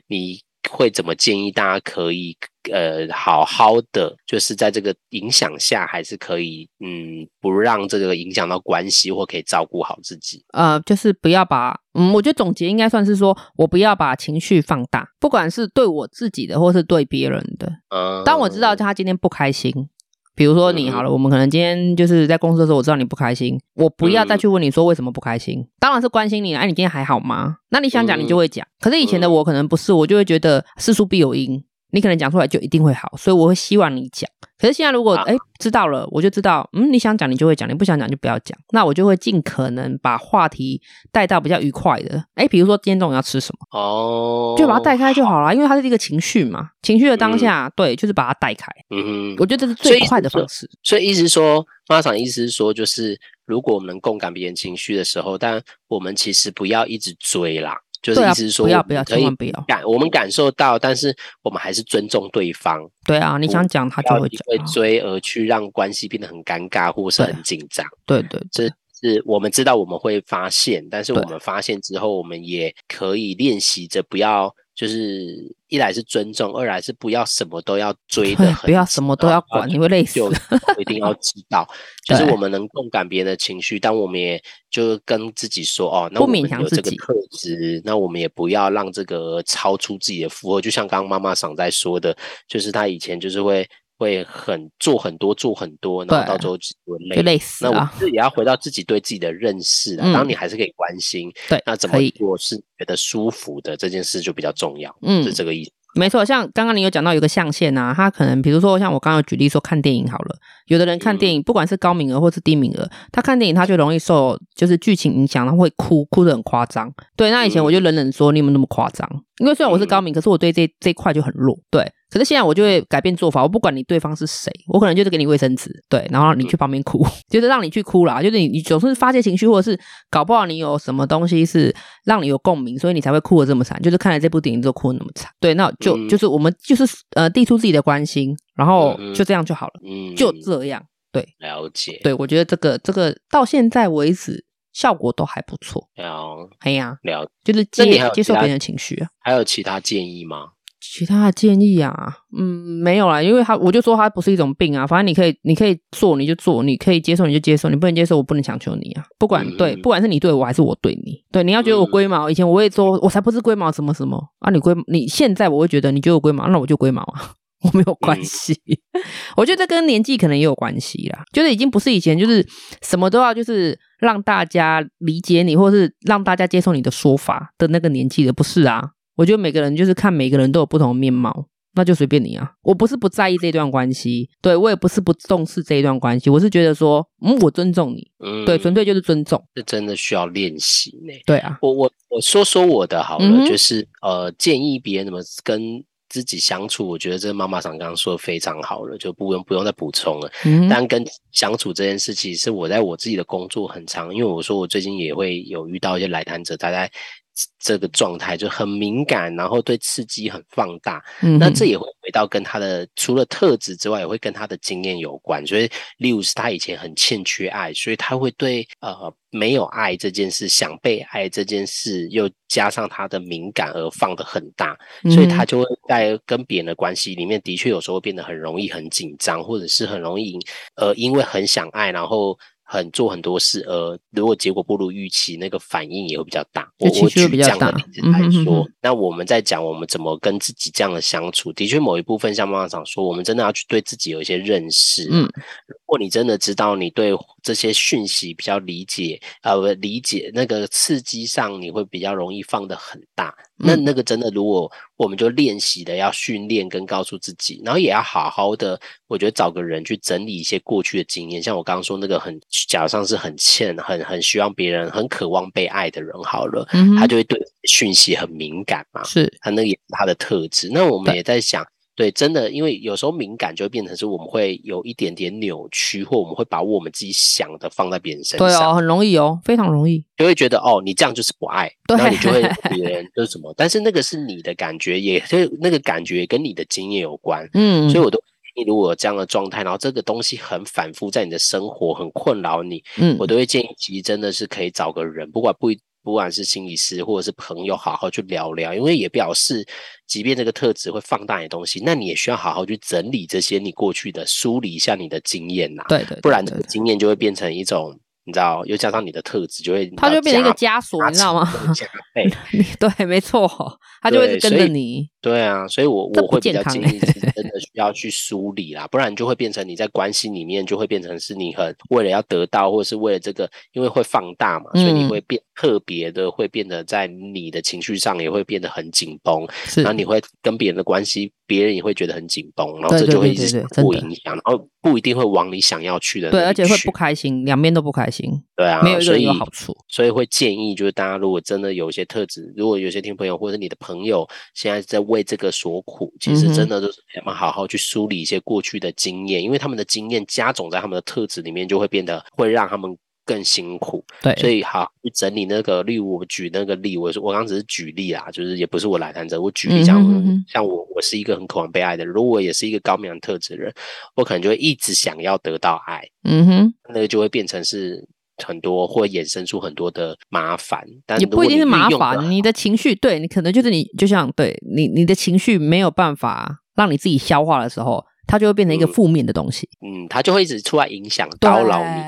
Speaker 1: 你会怎么建议大家可以呃好好的，就是在这个影响下，还是可以嗯不让这个影响到关系，或可以照顾好自己？
Speaker 2: 呃，就是不要把，嗯，我觉得总结应该算是说我不要把情绪放大，不管是对我自己的或是对别人的。
Speaker 1: 嗯，
Speaker 2: 当我知道他今天不开心，比如说你好了，我们可能今天就是在公司的时候，我知道你不开心，我不要再
Speaker 1: 嗯
Speaker 2: 去问你说为什么不开心，当然是关心你，哎、你今天还好吗？那你想讲你
Speaker 1: 嗯
Speaker 2: 就会讲，可是以前的我可能不是，我就会觉得事出必有因，你可能讲出来就一定会好，所以我会希望你讲。可是现在如果
Speaker 1: 啊
Speaker 2: 哎、知道了，我就知道，嗯，你想讲你就会讲，你不想讲就不要讲。那我就会尽可能把话题带到比较愉快的。哎、比如说今天中午要吃什么，
Speaker 1: 哦，
Speaker 2: 就把它带开就好了，啊因为它是一个情绪嘛，情绪的当下，对，就是把它带开。
Speaker 1: 嗯哼，
Speaker 2: 我觉得这是
Speaker 1: 所
Speaker 2: 最
Speaker 1: 以
Speaker 2: 快的
Speaker 1: 就
Speaker 2: 方式。
Speaker 1: 所以意思是说，妈场意思是说，就是如果我们能共感别人情绪的时候，但我们其实不要一直追啦，就是
Speaker 2: 对啊
Speaker 1: 意思是，说，
Speaker 2: 不要不要，
Speaker 1: 可
Speaker 2: 千
Speaker 1: 以
Speaker 2: 万不要。
Speaker 1: 感我们感受到，但是我们还是尊重对方，
Speaker 2: 对啊，你
Speaker 1: 不
Speaker 2: 想讲他
Speaker 1: 不
Speaker 2: 就
Speaker 1: 要
Speaker 2: 会
Speaker 1: 因为
Speaker 2: 讲啊。
Speaker 1: 追而去让关系变得很尴尬或是
Speaker 2: 对
Speaker 1: 很紧张。
Speaker 2: 对对
Speaker 1: 这是我们知道我们会发现，但是我
Speaker 2: 对
Speaker 1: 们发现之后，我们也可以练习着不要，就是一来是尊重，二来是不要什么都要追的
Speaker 2: 对，
Speaker 1: 很，
Speaker 2: 不要什么都要管，你会累死
Speaker 1: 就。一定要知 道，就是
Speaker 2: 对
Speaker 1: 我们能共感别人的情绪，但我们也就跟自己说，哦，那
Speaker 2: 不
Speaker 1: 我们
Speaker 2: 勉强
Speaker 1: 有这
Speaker 2: 自
Speaker 1: 个
Speaker 2: 己
Speaker 1: 特质，那我们也不要让这个超出自己的负荷。就像刚刚妈妈想在说的，就是她以前就是会会很做很多做很多，然后
Speaker 2: 对
Speaker 1: 到最后只会累
Speaker 2: 就累死
Speaker 1: 那我
Speaker 2: 啊。
Speaker 1: 自己也要回到自己对自己的认识啊。
Speaker 2: 嗯
Speaker 1: 当然，你还是可以关心，
Speaker 2: 对
Speaker 1: 那，怎么
Speaker 2: 可以，
Speaker 1: 做是觉得舒服的这件事就比较重要，
Speaker 2: 嗯
Speaker 1: 是，这个意思。
Speaker 2: 没错。像刚刚你有讲到有个象限啊，他可能比如说像我刚刚有举例说看电影好了，有的人看电影不管是高名额或是低名额，他看电影他就容易受就是剧情影响，他会哭，哭得很夸张。对，那以前我就冷冷说你有没有那么夸张？因为虽然我是高明，可是我对这这一块就很弱。对，可是现在我就会改变做法，我不管你对方是谁，我可能就是给你卫生纸，对，然后你去旁边哭，就是让你去哭啦，就是你你总是发泄情绪，或者是搞不好你有什么东西是让你有共鸣，所以你才会哭的这么惨，就是看了这部电影就哭的那么惨。对，那就、
Speaker 1: 嗯
Speaker 2: 就是我们就是呃递出自己的关心，然后
Speaker 1: 嗯哼
Speaker 2: 就这样就好了，
Speaker 1: 嗯，
Speaker 2: 就这样。
Speaker 1: 了解，
Speaker 2: 对我觉得这个这个到现在为止效果都还不错，
Speaker 1: 了
Speaker 2: 哎呀，
Speaker 1: 了
Speaker 2: 就是
Speaker 1: 那你还
Speaker 2: 接
Speaker 1: 有
Speaker 2: 接受
Speaker 1: 其他
Speaker 2: 别人的情绪啊。
Speaker 1: 还有其他建议吗？
Speaker 2: 其他的建议啊，嗯，没有啦，因为他我就说他不是一种病啊，反正你可以你可以做你就做，你可以接受你就接受，你不能接受我不能强求你啊，不管
Speaker 1: 嗯
Speaker 2: 对，不管是你对我还是我对你，对，你要觉得我龟毛，以前我会说我才不是龟毛什么什么啊，你龟你现在我会觉得你觉得我龟毛，那我就龟毛啊。 我
Speaker 1: 嗯
Speaker 2: 没有关系，我觉得这跟年纪可能也有关系啦，就是已经不是以前就是什么都要就是让大家理解你，或是让大家接受你的说法的那个年纪了，不是啊？我觉得每个人就是看每个人都有不同的面貌，那就随便你啊。我不是不在意这段关系，对我也不是不重视这一段关系，我是觉得说，嗯，我尊重你，
Speaker 1: 嗯，
Speaker 2: 对，纯粹就是尊重，
Speaker 1: 这真的需要练习呢。
Speaker 2: 对啊，
Speaker 1: 我我我说说我的好了，
Speaker 2: 嗯哼
Speaker 1: 就是呃，建议别人怎么跟自己相处，我觉得这妈妈常刚刚说的非常好了，就不用不用再补充了。
Speaker 2: 嗯，
Speaker 1: 但跟相处这件事，其实我在我自己的工作很长，因为我说我最近也会有遇到一些来谈者，大概这个状态就很敏感，然后对刺激很放大。
Speaker 2: 嗯
Speaker 1: 那
Speaker 2: 哼
Speaker 1: 这也会回到跟他的除了特质之外，也会跟他的经验有关。所以，例如是他以前很欠缺爱，所以他会对呃没有爱这件事、想被爱这件事，又加上他的敏感而放得很大。
Speaker 2: 嗯
Speaker 1: 所以他就会在跟别人的关系里面，的确有时候会变得很容易很紧张，或者是很容易因呃，因为很想爱，然后很做很多事，呃，如果结果不如预期，那个反应也会比较大。
Speaker 2: 就
Speaker 1: 我
Speaker 2: 情
Speaker 1: 我
Speaker 2: 绪会
Speaker 1: 举
Speaker 2: 比
Speaker 1: 这
Speaker 2: 较
Speaker 1: 样的
Speaker 2: 大
Speaker 1: 例子来
Speaker 2: 嗯哼
Speaker 1: 说，
Speaker 2: 哼
Speaker 1: 那我们在讲我们怎么跟自己这样的相处，的确某一部分像妈妈讲说，我们真的要去对自己有一些认识、
Speaker 2: 嗯，
Speaker 1: 如果你真的知道你对这些讯息比较理解，呃，不理解那个刺激上，你会比较容易放得很大。那
Speaker 2: 嗯
Speaker 1: 那个真的，如果我们就练习的要训练跟告诉自己，然后也要好好的，我觉得找个人去整理一些过去的经验。像我刚刚说那个很，假如上是很欠、很很希望别人、很渴望被爱的人，好了，
Speaker 2: 嗯
Speaker 1: 他
Speaker 2: 哼
Speaker 1: 就会对讯息很敏感嘛。
Speaker 2: 是
Speaker 1: 他那个也是他的特质。那我们
Speaker 2: 对
Speaker 1: 也在想，对，真的，因为有时候敏感就会变成是我们会有一点点扭曲，或我们会把我们自己想的放在别人身
Speaker 2: 对
Speaker 1: 上，
Speaker 2: 哦，很容易哦，非常容易，
Speaker 1: 就会觉得哦，你这样就是不爱，
Speaker 2: 对
Speaker 1: 然后你就会别人就是什么，但是那个是你的感觉，也是那个感觉跟你的经验有关，
Speaker 2: 嗯，
Speaker 1: 所以我都。你如果有这样的状态，然后这个东西很反复在你的生活，很困扰你，
Speaker 2: 嗯
Speaker 1: 我都会建议，其实真的是可以找个人，不管不一不管是心理师或者是朋友，好好去聊聊，因为也表示，即便这个特质会放大你的东西，那你也需要好好去整理这些你过去的，梳理一下你的经验呐、
Speaker 2: 对对，对
Speaker 1: 不然这个
Speaker 2: 对
Speaker 1: 经验就会变成一种。你知道，又加上你的特质，就会
Speaker 2: 它就变成一个
Speaker 1: 加
Speaker 2: 枷锁，你知道吗？
Speaker 1: 成加倍。
Speaker 2: 你 对，没错，它就会一
Speaker 1: 对
Speaker 2: 直跟
Speaker 1: 所
Speaker 2: 着
Speaker 1: 以
Speaker 2: 你。
Speaker 1: 对啊，所以我
Speaker 2: 这
Speaker 1: 我
Speaker 2: 不
Speaker 1: 会比
Speaker 2: 健
Speaker 1: 较
Speaker 2: 康
Speaker 1: 建
Speaker 2: 欸
Speaker 1: 议是真的需要去梳理啦，不然就会变成你在关系里面就会变成是你很为了要得到，或者是为了这个，因为会放大嘛，所以你
Speaker 2: 嗯
Speaker 1: 会变特别的，会变得在你的情绪上也会变得很紧绷，
Speaker 2: 是
Speaker 1: 然后你会跟别人的关系，别人也会觉得很紧绷，然后
Speaker 2: 对
Speaker 1: 这
Speaker 2: 对
Speaker 1: 就会
Speaker 2: 对
Speaker 1: 一直
Speaker 2: 对对真
Speaker 1: 不
Speaker 2: 的
Speaker 1: 影响，然后不一定会往你想要去的
Speaker 2: 对，
Speaker 1: 那
Speaker 2: 而
Speaker 1: 里
Speaker 2: 且会
Speaker 1: 去
Speaker 2: 不开心，两边都不开心，
Speaker 1: 对啊，
Speaker 2: 没有一个
Speaker 1: 所
Speaker 2: 人
Speaker 1: 以
Speaker 2: 有好处。
Speaker 1: 所以会建议，就是大家如果真的有一些特质，如果有些听朋友或者你的朋友现在在为这个所苦，其
Speaker 2: 嗯
Speaker 1: 实
Speaker 2: 哼
Speaker 1: 真的就是要好好去梳理一些过去的经验，因为他们的经验加总在他们的特质里面，就会变得会让他们更辛苦。
Speaker 2: 对，
Speaker 1: 所以好，去整理那个，例如我举那个例，我说我刚刚只是举例啦，就是也不是我来谈者，我举例
Speaker 2: 嗯
Speaker 1: 像、
Speaker 2: 哼哼哼
Speaker 1: 像我，我是一个很渴望被爱的人，如果我也是一个高敏感特质的人，我可能就会一直想要得到爱。
Speaker 2: 嗯哼，
Speaker 1: 那个就会变成是很多会衍生出很多的麻烦，但
Speaker 2: 也
Speaker 1: 如
Speaker 2: 不
Speaker 1: 果
Speaker 2: 一定
Speaker 1: 你
Speaker 2: 是
Speaker 1: 运
Speaker 2: 麻
Speaker 1: 用得
Speaker 2: 烦，
Speaker 1: 好
Speaker 2: 你的情绪，对你可能就是你，就像对你你的情绪没有办法让你自己消化的时候，它就会变成一个
Speaker 1: 嗯
Speaker 2: 负面的东西，
Speaker 1: 嗯，它就会一直出来影响
Speaker 2: 对
Speaker 1: 叨扰你。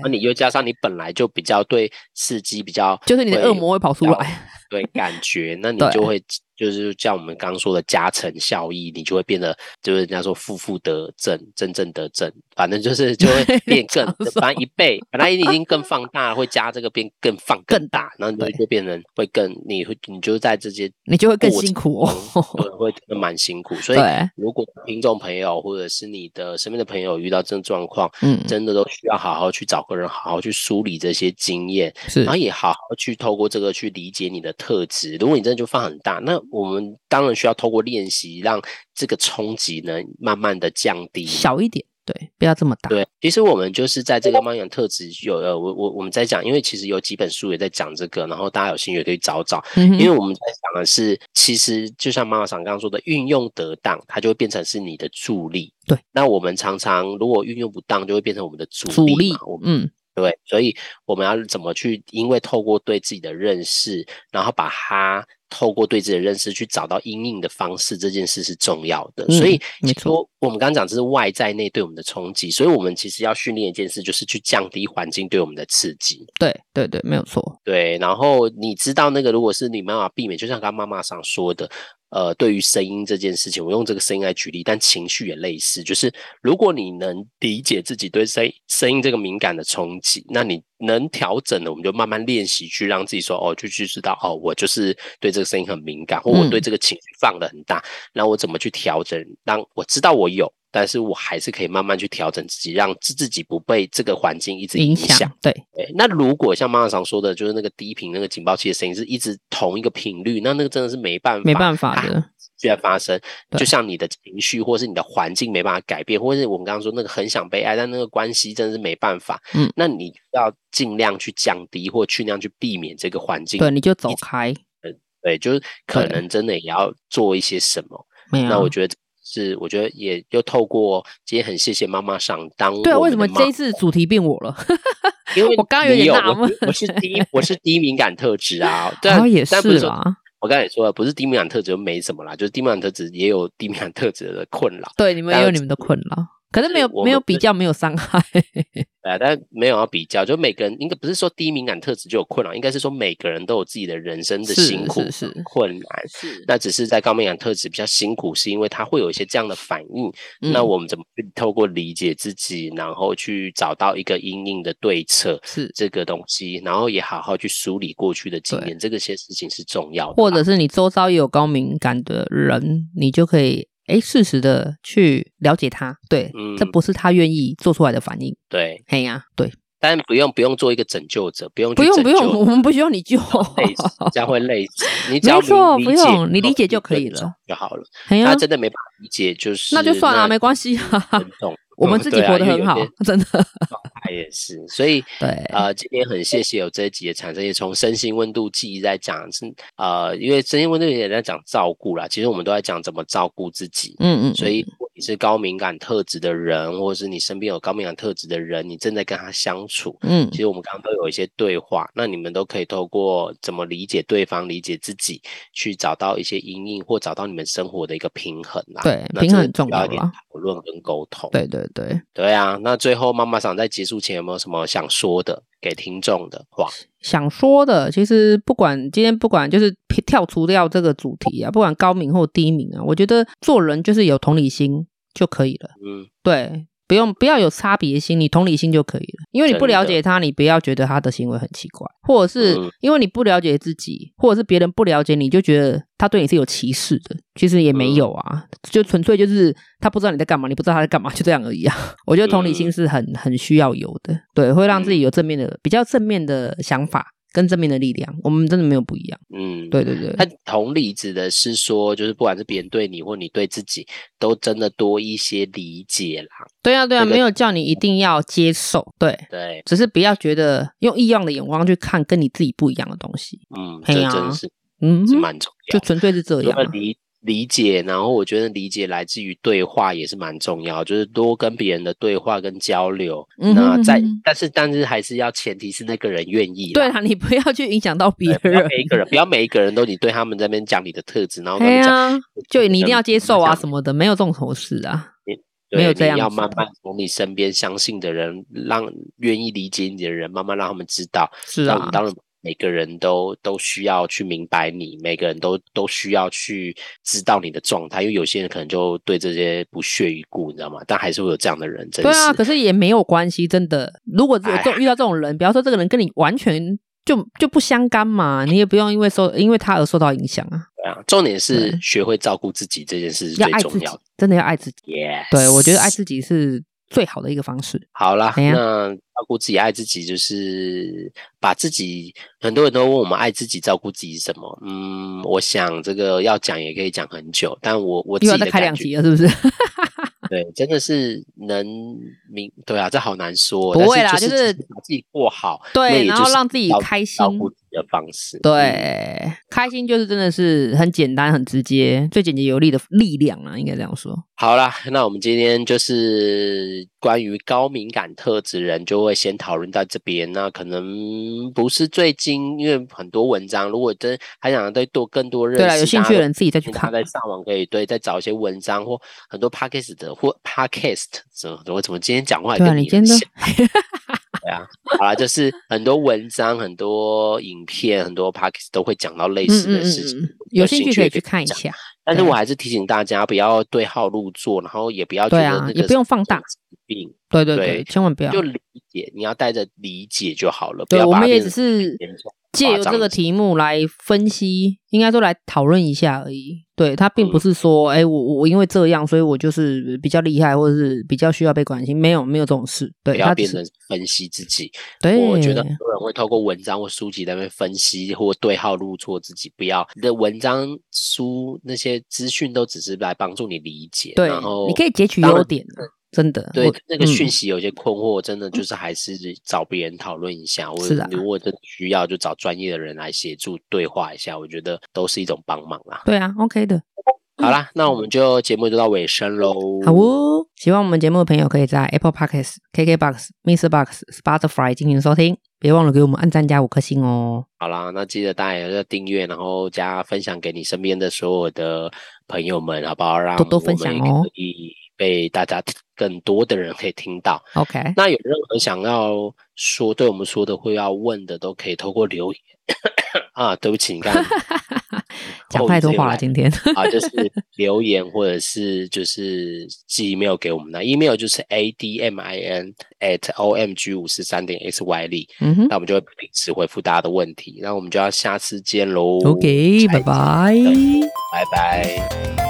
Speaker 1: 那你又加上你本来就比较对刺激比较，
Speaker 2: 就是你的恶魔会跑出
Speaker 1: 比较
Speaker 2: 来。
Speaker 1: 对感觉，那你
Speaker 2: 对
Speaker 1: 就会就是像我们刚说的加成效益，你就会变得就是人家说负负得正，正正得正，反正就是就会 变更
Speaker 2: 想，说
Speaker 1: 反正一倍，本来已经更放大了，会加这个变更放更
Speaker 2: 更
Speaker 1: 大，然后你
Speaker 2: 对
Speaker 1: 就变成会更，你会你就在这些
Speaker 2: 你就会更
Speaker 1: 过
Speaker 2: 辛
Speaker 1: 程
Speaker 2: 苦哦
Speaker 1: 中对，会真的蛮辛苦，所以
Speaker 2: 对，
Speaker 1: 如果听众朋友或者是你的身边的朋友遇到这种状况，
Speaker 2: 嗯，
Speaker 1: 真的都需要好好去找个人，好好去梳理这些经验，
Speaker 2: 是
Speaker 1: 然后也好好去透过这个去理解你的特质。如果你真的就放很大，那我们当然需要透过练习，让这个冲击呢慢慢的降低。
Speaker 2: 小一点，对，不要这么大。
Speaker 1: 对，其实我们就是在 这个猫眼特质有呃，我我我们在讲，因为其实有几本书也在讲这个，然后大家有兴趣也可以找找。
Speaker 2: 嗯
Speaker 1: 因为
Speaker 2: 哼，
Speaker 1: 我们在讲的是，其实就像妈妈常刚刚说的，运用得当，它就会变成是你的助力。
Speaker 2: 对，
Speaker 1: 那我们常常如果运用不当，就会变成我们的阻
Speaker 2: 阻
Speaker 1: 力
Speaker 2: 力
Speaker 1: 嘛。我，们
Speaker 2: 嗯，
Speaker 1: 对，所以我们要怎么去？因为透过对自己的认识，然后把它透过对自己的认识去找到因应的方式，这件事是重要的。所以
Speaker 2: 嗯没错
Speaker 1: 说，我们刚刚讲这是外在内对我们的冲击，所以我们其实要训练一件事，就是去降低环境对我们的刺激。
Speaker 2: 对对对，没有错，
Speaker 1: 对，然后你知道那个，如果是你没办法避免，就像刚刚妈妈上说的，呃，对于声音这件事情，我用这个声音来举例，但情绪也类似，就是如果你能理解自己对声声音这个敏感的冲击，那你能调整的，我们就慢慢练习去让自己说，哦，就去知道，哦，我就是对这个声音很敏感，或我
Speaker 2: 嗯
Speaker 1: 对这个情绪放的很大，那我怎么去调整？让我知道我有。但是我还是可以慢慢去调整自己，让自自己不被这个环境一直
Speaker 2: 影
Speaker 1: 响。
Speaker 2: 响对，
Speaker 1: 对，那如果像妈妈常说的，就是那个低频那个警报器的声音是一直同一个频率，那那个真的是没办法，
Speaker 2: 没办法
Speaker 1: 它
Speaker 2: 的，
Speaker 1: 持续在发生。
Speaker 2: 对
Speaker 1: 就像你的情绪或是你的环境没办法改变，或是我们刚刚说那个很想被爱，但那个关系真的是没办法。
Speaker 2: 嗯，
Speaker 1: 那你要尽量去降低或尽量去避免这个环境。
Speaker 2: 对，你就走开，
Speaker 1: 对，就是可
Speaker 2: 对啊
Speaker 1: 能真的也要做一些什么。
Speaker 2: 没有。
Speaker 1: 那我觉得是，我觉得也又透过今天很谢谢妈妈上当。
Speaker 2: 对啊，为什
Speaker 1: 么
Speaker 2: 么这一次主题变我了？
Speaker 1: 因为
Speaker 2: 我刚刚有
Speaker 1: 你
Speaker 2: 点
Speaker 1: 有
Speaker 2: 纳
Speaker 1: 我
Speaker 2: 闷
Speaker 1: 是我是低，我是低敏感特质 啊。对
Speaker 2: 然
Speaker 1: 啊
Speaker 2: 后，也
Speaker 1: 但不
Speaker 2: 是哦
Speaker 1: 说
Speaker 2: 啦，
Speaker 1: 我刚才也说了，不是低敏感特质就没什么啦，就是低敏感特质也有低敏感特质的困扰，
Speaker 2: 对，你们
Speaker 1: 但
Speaker 2: 也有你们的困扰，可是没有
Speaker 1: 我
Speaker 2: 没有
Speaker 1: 们
Speaker 2: 比
Speaker 1: 是
Speaker 2: 较，没有伤害，
Speaker 1: 对啊，但没有要比较，就每个人应该不是说低敏感特质就有困扰，应该是说每个人都有自己的人生的
Speaker 2: 是
Speaker 1: 辛苦
Speaker 2: 是是
Speaker 1: 困难。
Speaker 2: 是
Speaker 1: 那 只是在高敏感特质比较辛苦，是因为它会有一些这样的反应。
Speaker 2: 嗯
Speaker 1: 那我们怎么去透过理解自己，然后去找到一个因应的对策？
Speaker 2: 是，
Speaker 1: 这个东西，然后也好好去梳理过去的经
Speaker 2: 对
Speaker 1: 验，这个些事情是重要的啦。
Speaker 2: 或者是你周遭也有高敏感的人，你就可以哎适时的去了解他，对，这
Speaker 1: 嗯
Speaker 2: 不是他愿意做出来的反应，
Speaker 1: 对，
Speaker 2: 嘿呀，对，
Speaker 1: 但不用不用做一个拯救者，不用
Speaker 2: 不
Speaker 1: 去
Speaker 2: 用
Speaker 1: 拯
Speaker 2: 不
Speaker 1: 救 哎
Speaker 2: 用，我们不需要你救，
Speaker 1: 累死，这样会累死。你只
Speaker 2: 没
Speaker 1: 要
Speaker 2: 错
Speaker 1: 理
Speaker 2: 不
Speaker 1: 解
Speaker 2: 用你
Speaker 1: 然后
Speaker 2: 理解就可
Speaker 1: 尊
Speaker 2: 以了
Speaker 1: 重就好了。
Speaker 2: 嘿呀
Speaker 1: 那，真的没办法理解，就是
Speaker 2: 那就算了，没关 系啊，
Speaker 1: 尊重
Speaker 2: 我们自己
Speaker 1: 对啊
Speaker 2: 活得
Speaker 1: 因为
Speaker 2: 很
Speaker 1: 有
Speaker 2: 好
Speaker 1: 些，
Speaker 2: 真的，
Speaker 1: 状态也是，所以
Speaker 2: 对，
Speaker 1: 呃，今天很谢谢有这一集的产生，也从身心温度记忆在讲是呃，因为身心温度也在讲照顾啦，其实我们都在讲怎么照顾自己。
Speaker 2: 嗯嗯，
Speaker 1: 所以，如果你是高敏感特质的人，或者是你身边有高敏感特质的人，你正在跟他相处，
Speaker 2: 嗯
Speaker 1: 其实我们刚刚都有一些对话，那你们都可以透过怎么理解对方、理解自己，去找到一些阴影，或找到你们生活的一个平衡啦。
Speaker 2: 对
Speaker 1: 那
Speaker 2: 平
Speaker 1: 这
Speaker 2: 衡
Speaker 1: 个
Speaker 2: 重
Speaker 1: 需要
Speaker 2: 要
Speaker 1: 一点
Speaker 2: 啦
Speaker 1: 讨论跟沟通。
Speaker 2: 对对对，
Speaker 1: 对啊，那最后妈妈桑在结束前有没有什么想说的给听众的话？
Speaker 2: 想说的，其实不管今天不管就是跳除掉这个主题啊，不管高明或低明啊，我觉得做人就是有同理心就可以了。
Speaker 1: 嗯，
Speaker 2: 对，不用不要有差别心，你同理心就可以了。因为你不了解他，你不要觉得他的行为很奇怪，或者
Speaker 1: 嗯
Speaker 2: 是因为你不了解自己，或者是别人不了解你，就觉得他对你是有歧视的。其实也没有啊，就纯粹就是他不知道你在干嘛，你不知道他在干嘛，就这样而已啊。 我觉得同理心是很很需要有的，对，会让自己有正面的比较正面的想法跟正面的力量。我们真的没有不一样，
Speaker 1: 嗯，
Speaker 2: 对对对。
Speaker 1: 那同理指的是说，就是不管是别人对你或你对自己，都真的多一些理解啦。
Speaker 2: 对啊，对啊，
Speaker 1: 那个
Speaker 2: 没有叫你一定要接受，对，
Speaker 1: 对，
Speaker 2: 只是不要觉得用异样的眼光去看跟你自己不一样的东西。
Speaker 1: 嗯，这
Speaker 2: 嘿
Speaker 1: 真
Speaker 2: 呀
Speaker 1: 的是
Speaker 2: 嗯
Speaker 1: 是
Speaker 2: 哼，
Speaker 1: 蛮重
Speaker 2: 就
Speaker 1: 要的。
Speaker 2: 纯粹是这
Speaker 1: 除
Speaker 2: 样
Speaker 1: 了
Speaker 2: 啊。
Speaker 1: 理理解，然后我觉得理解来自于对话也是蛮重要，就是多跟别人的对话跟交流。
Speaker 2: 嗯哼
Speaker 1: 那在
Speaker 2: 嗯哼
Speaker 1: 但是但是还是要前提是那个人愿意
Speaker 2: 对
Speaker 1: 啦。
Speaker 2: 啊，你不要去影响到别
Speaker 1: 不要
Speaker 2: 人。
Speaker 1: 每一个人，不要每一个人都你对他们在那边讲你的特质，然后跟他
Speaker 2: 哎
Speaker 1: 们讲，
Speaker 2: 呀，就你一定要接受啊
Speaker 1: 这样
Speaker 2: 什么的，没有这种什么事啊。
Speaker 1: 对
Speaker 2: 没有这样
Speaker 1: 你要
Speaker 2: 子
Speaker 1: 慢
Speaker 2: 的
Speaker 1: 慢从你身边相信的人，让愿意理解你的人，慢慢让他们知道。
Speaker 2: 是
Speaker 1: 那我
Speaker 2: 啊
Speaker 1: 们，当然每个人都都需要去明白你，每个人都都需要去知道你的状态，因为有些人可能就对这些不屑一顾，你知道吗？但还是会有这样的人，真
Speaker 2: 对啊，
Speaker 1: 是。
Speaker 2: 可是也没有关系，真的。如果有这种遇到这种人，比方说这个人跟你完全就就不相干嘛，你也不用因为受因为他而受到影响啊。
Speaker 1: 对啊，重点是
Speaker 2: 对
Speaker 1: 学会照顾自己这件事是
Speaker 2: 要
Speaker 1: 最
Speaker 2: 爱自
Speaker 1: 重
Speaker 2: 己
Speaker 1: 要的。，
Speaker 2: 真的要爱自己。
Speaker 1: 耶，
Speaker 2: 对我觉得爱自己哎是最好的一个方式。
Speaker 1: 好啦，
Speaker 2: 怎样
Speaker 1: 那照顾自己、爱自己，就是把自己。很多人都问我们爱自己、照顾自己是什么？嗯，我想这个要讲也可以讲很久，但我我自
Speaker 2: 又要
Speaker 1: 己
Speaker 2: 再
Speaker 1: 的
Speaker 2: 开
Speaker 1: 感
Speaker 2: 两
Speaker 1: 觉，
Speaker 2: 集了，是不 是？
Speaker 1: 对，真的是能明对啊，这好难说。
Speaker 2: 不
Speaker 1: 但
Speaker 2: 会啦
Speaker 1: 是
Speaker 2: 就是
Speaker 1: 只把自己过好，那
Speaker 2: 对，
Speaker 1: 也
Speaker 2: 然
Speaker 1: 就
Speaker 2: 后
Speaker 1: 是
Speaker 2: 让自己
Speaker 1: 照
Speaker 2: 开心
Speaker 1: 照。顾自己的方式。嗯，
Speaker 2: 对，开心就是真的是很简单、很直接、最简洁有力的力量啊，应该这样说。
Speaker 1: 好啦，那我们今天就是关于高敏感特质人，就会先讨论到这边。那可能不是最近，因为很多文章，如果真还想再多更多认识，
Speaker 2: 对啊，有兴趣的人自己再
Speaker 1: 大家
Speaker 2: 去
Speaker 1: 都。
Speaker 2: 看
Speaker 1: 他。在上网可以对，再找一些文章或很多 podcast 的或 podcast 怎么我怎么今天讲话也
Speaker 2: 对啊，
Speaker 1: 跟
Speaker 2: 你
Speaker 1: 你
Speaker 2: 真
Speaker 1: 很
Speaker 2: 的
Speaker 1: 像 对啊，好啦，就是很多文章、很多影片、很多 p o c k e t 都会讲到类
Speaker 2: 嗯
Speaker 1: 似
Speaker 2: 嗯
Speaker 1: 的
Speaker 2: 嗯
Speaker 1: 事情。
Speaker 2: 嗯，有兴趣可以
Speaker 1: 也
Speaker 2: 去看一
Speaker 1: 讲。
Speaker 2: 下。
Speaker 1: 但是
Speaker 2: 对
Speaker 1: 我还是提醒大家，不要对号入座，然后也不要觉
Speaker 2: 对
Speaker 1: 得
Speaker 2: 啊
Speaker 1: 那个
Speaker 2: 也不用放大
Speaker 1: 是疾病，
Speaker 2: 对对
Speaker 1: 对
Speaker 2: 对，千万不要
Speaker 1: 就。理解，你要带着理解就好了。不
Speaker 2: 对，
Speaker 1: 要
Speaker 2: 我
Speaker 1: 把它
Speaker 2: 们也
Speaker 1: 变
Speaker 2: 只
Speaker 1: 成
Speaker 2: 是
Speaker 1: 严重
Speaker 2: 借由这个题目来分析，应该说来讨论一下而已。对他
Speaker 1: 嗯
Speaker 2: 并不是说，哎、我我因为这样，所以我就是比较厉害，或者是比较需要被关心，没有没有这种事。
Speaker 1: 不
Speaker 2: 对，
Speaker 1: 要
Speaker 2: 他只
Speaker 1: 变
Speaker 2: 是
Speaker 1: 成分析自己。
Speaker 2: 对，
Speaker 1: 我觉得很多人会透过文章或书籍在那边分析或对号入座自己，不要你的文章、书那些资讯都只是来帮助你理解，
Speaker 2: 对
Speaker 1: 然后，
Speaker 2: 你可以截取
Speaker 1: 当然嗯
Speaker 2: 优点啊，真的。
Speaker 1: 对
Speaker 2: 我
Speaker 1: 那个讯
Speaker 2: 嗯
Speaker 1: 息有些困惑，真的就是还是找别人讨论一下，或
Speaker 2: 是
Speaker 1: 者
Speaker 2: 啊
Speaker 1: 如果真的需要，就找专业的人来协助对话一下，我觉得都是一种帮忙啦。
Speaker 2: 对啊，OK 的，
Speaker 1: 好啦，那我们就节目就到尾声喽。
Speaker 2: 嗯好哦。喜欢我们节目的朋友，可以在 Apple Podcasts、KKBox、Mr. Box、Spotify 进行收听，别忘了给我们按赞加五颗星哦。
Speaker 1: 好啦，那记得大家也要订阅，然后加分享给你身边的所有的朋友们，好不好？让
Speaker 2: 多多分享哦
Speaker 1: 我们可以被大家更多的人可以听到。
Speaker 2: OK，
Speaker 1: 那有任何想要说对我们说的或要问的，都可以透过留言 啊。对不起，你刚刚
Speaker 2: 讲太多话了，今天。
Speaker 1: 啊，就是留言或者是就是寄 email 给我们的 email 就是 a d m i n at o m g 五十三点 x y 力，
Speaker 2: 嗯哼
Speaker 1: 那我们就会平时回复大家的问
Speaker 2: 哦
Speaker 1: 题。那我们就要下次见喽
Speaker 2: ，OK，拜拜。
Speaker 1: 拜拜。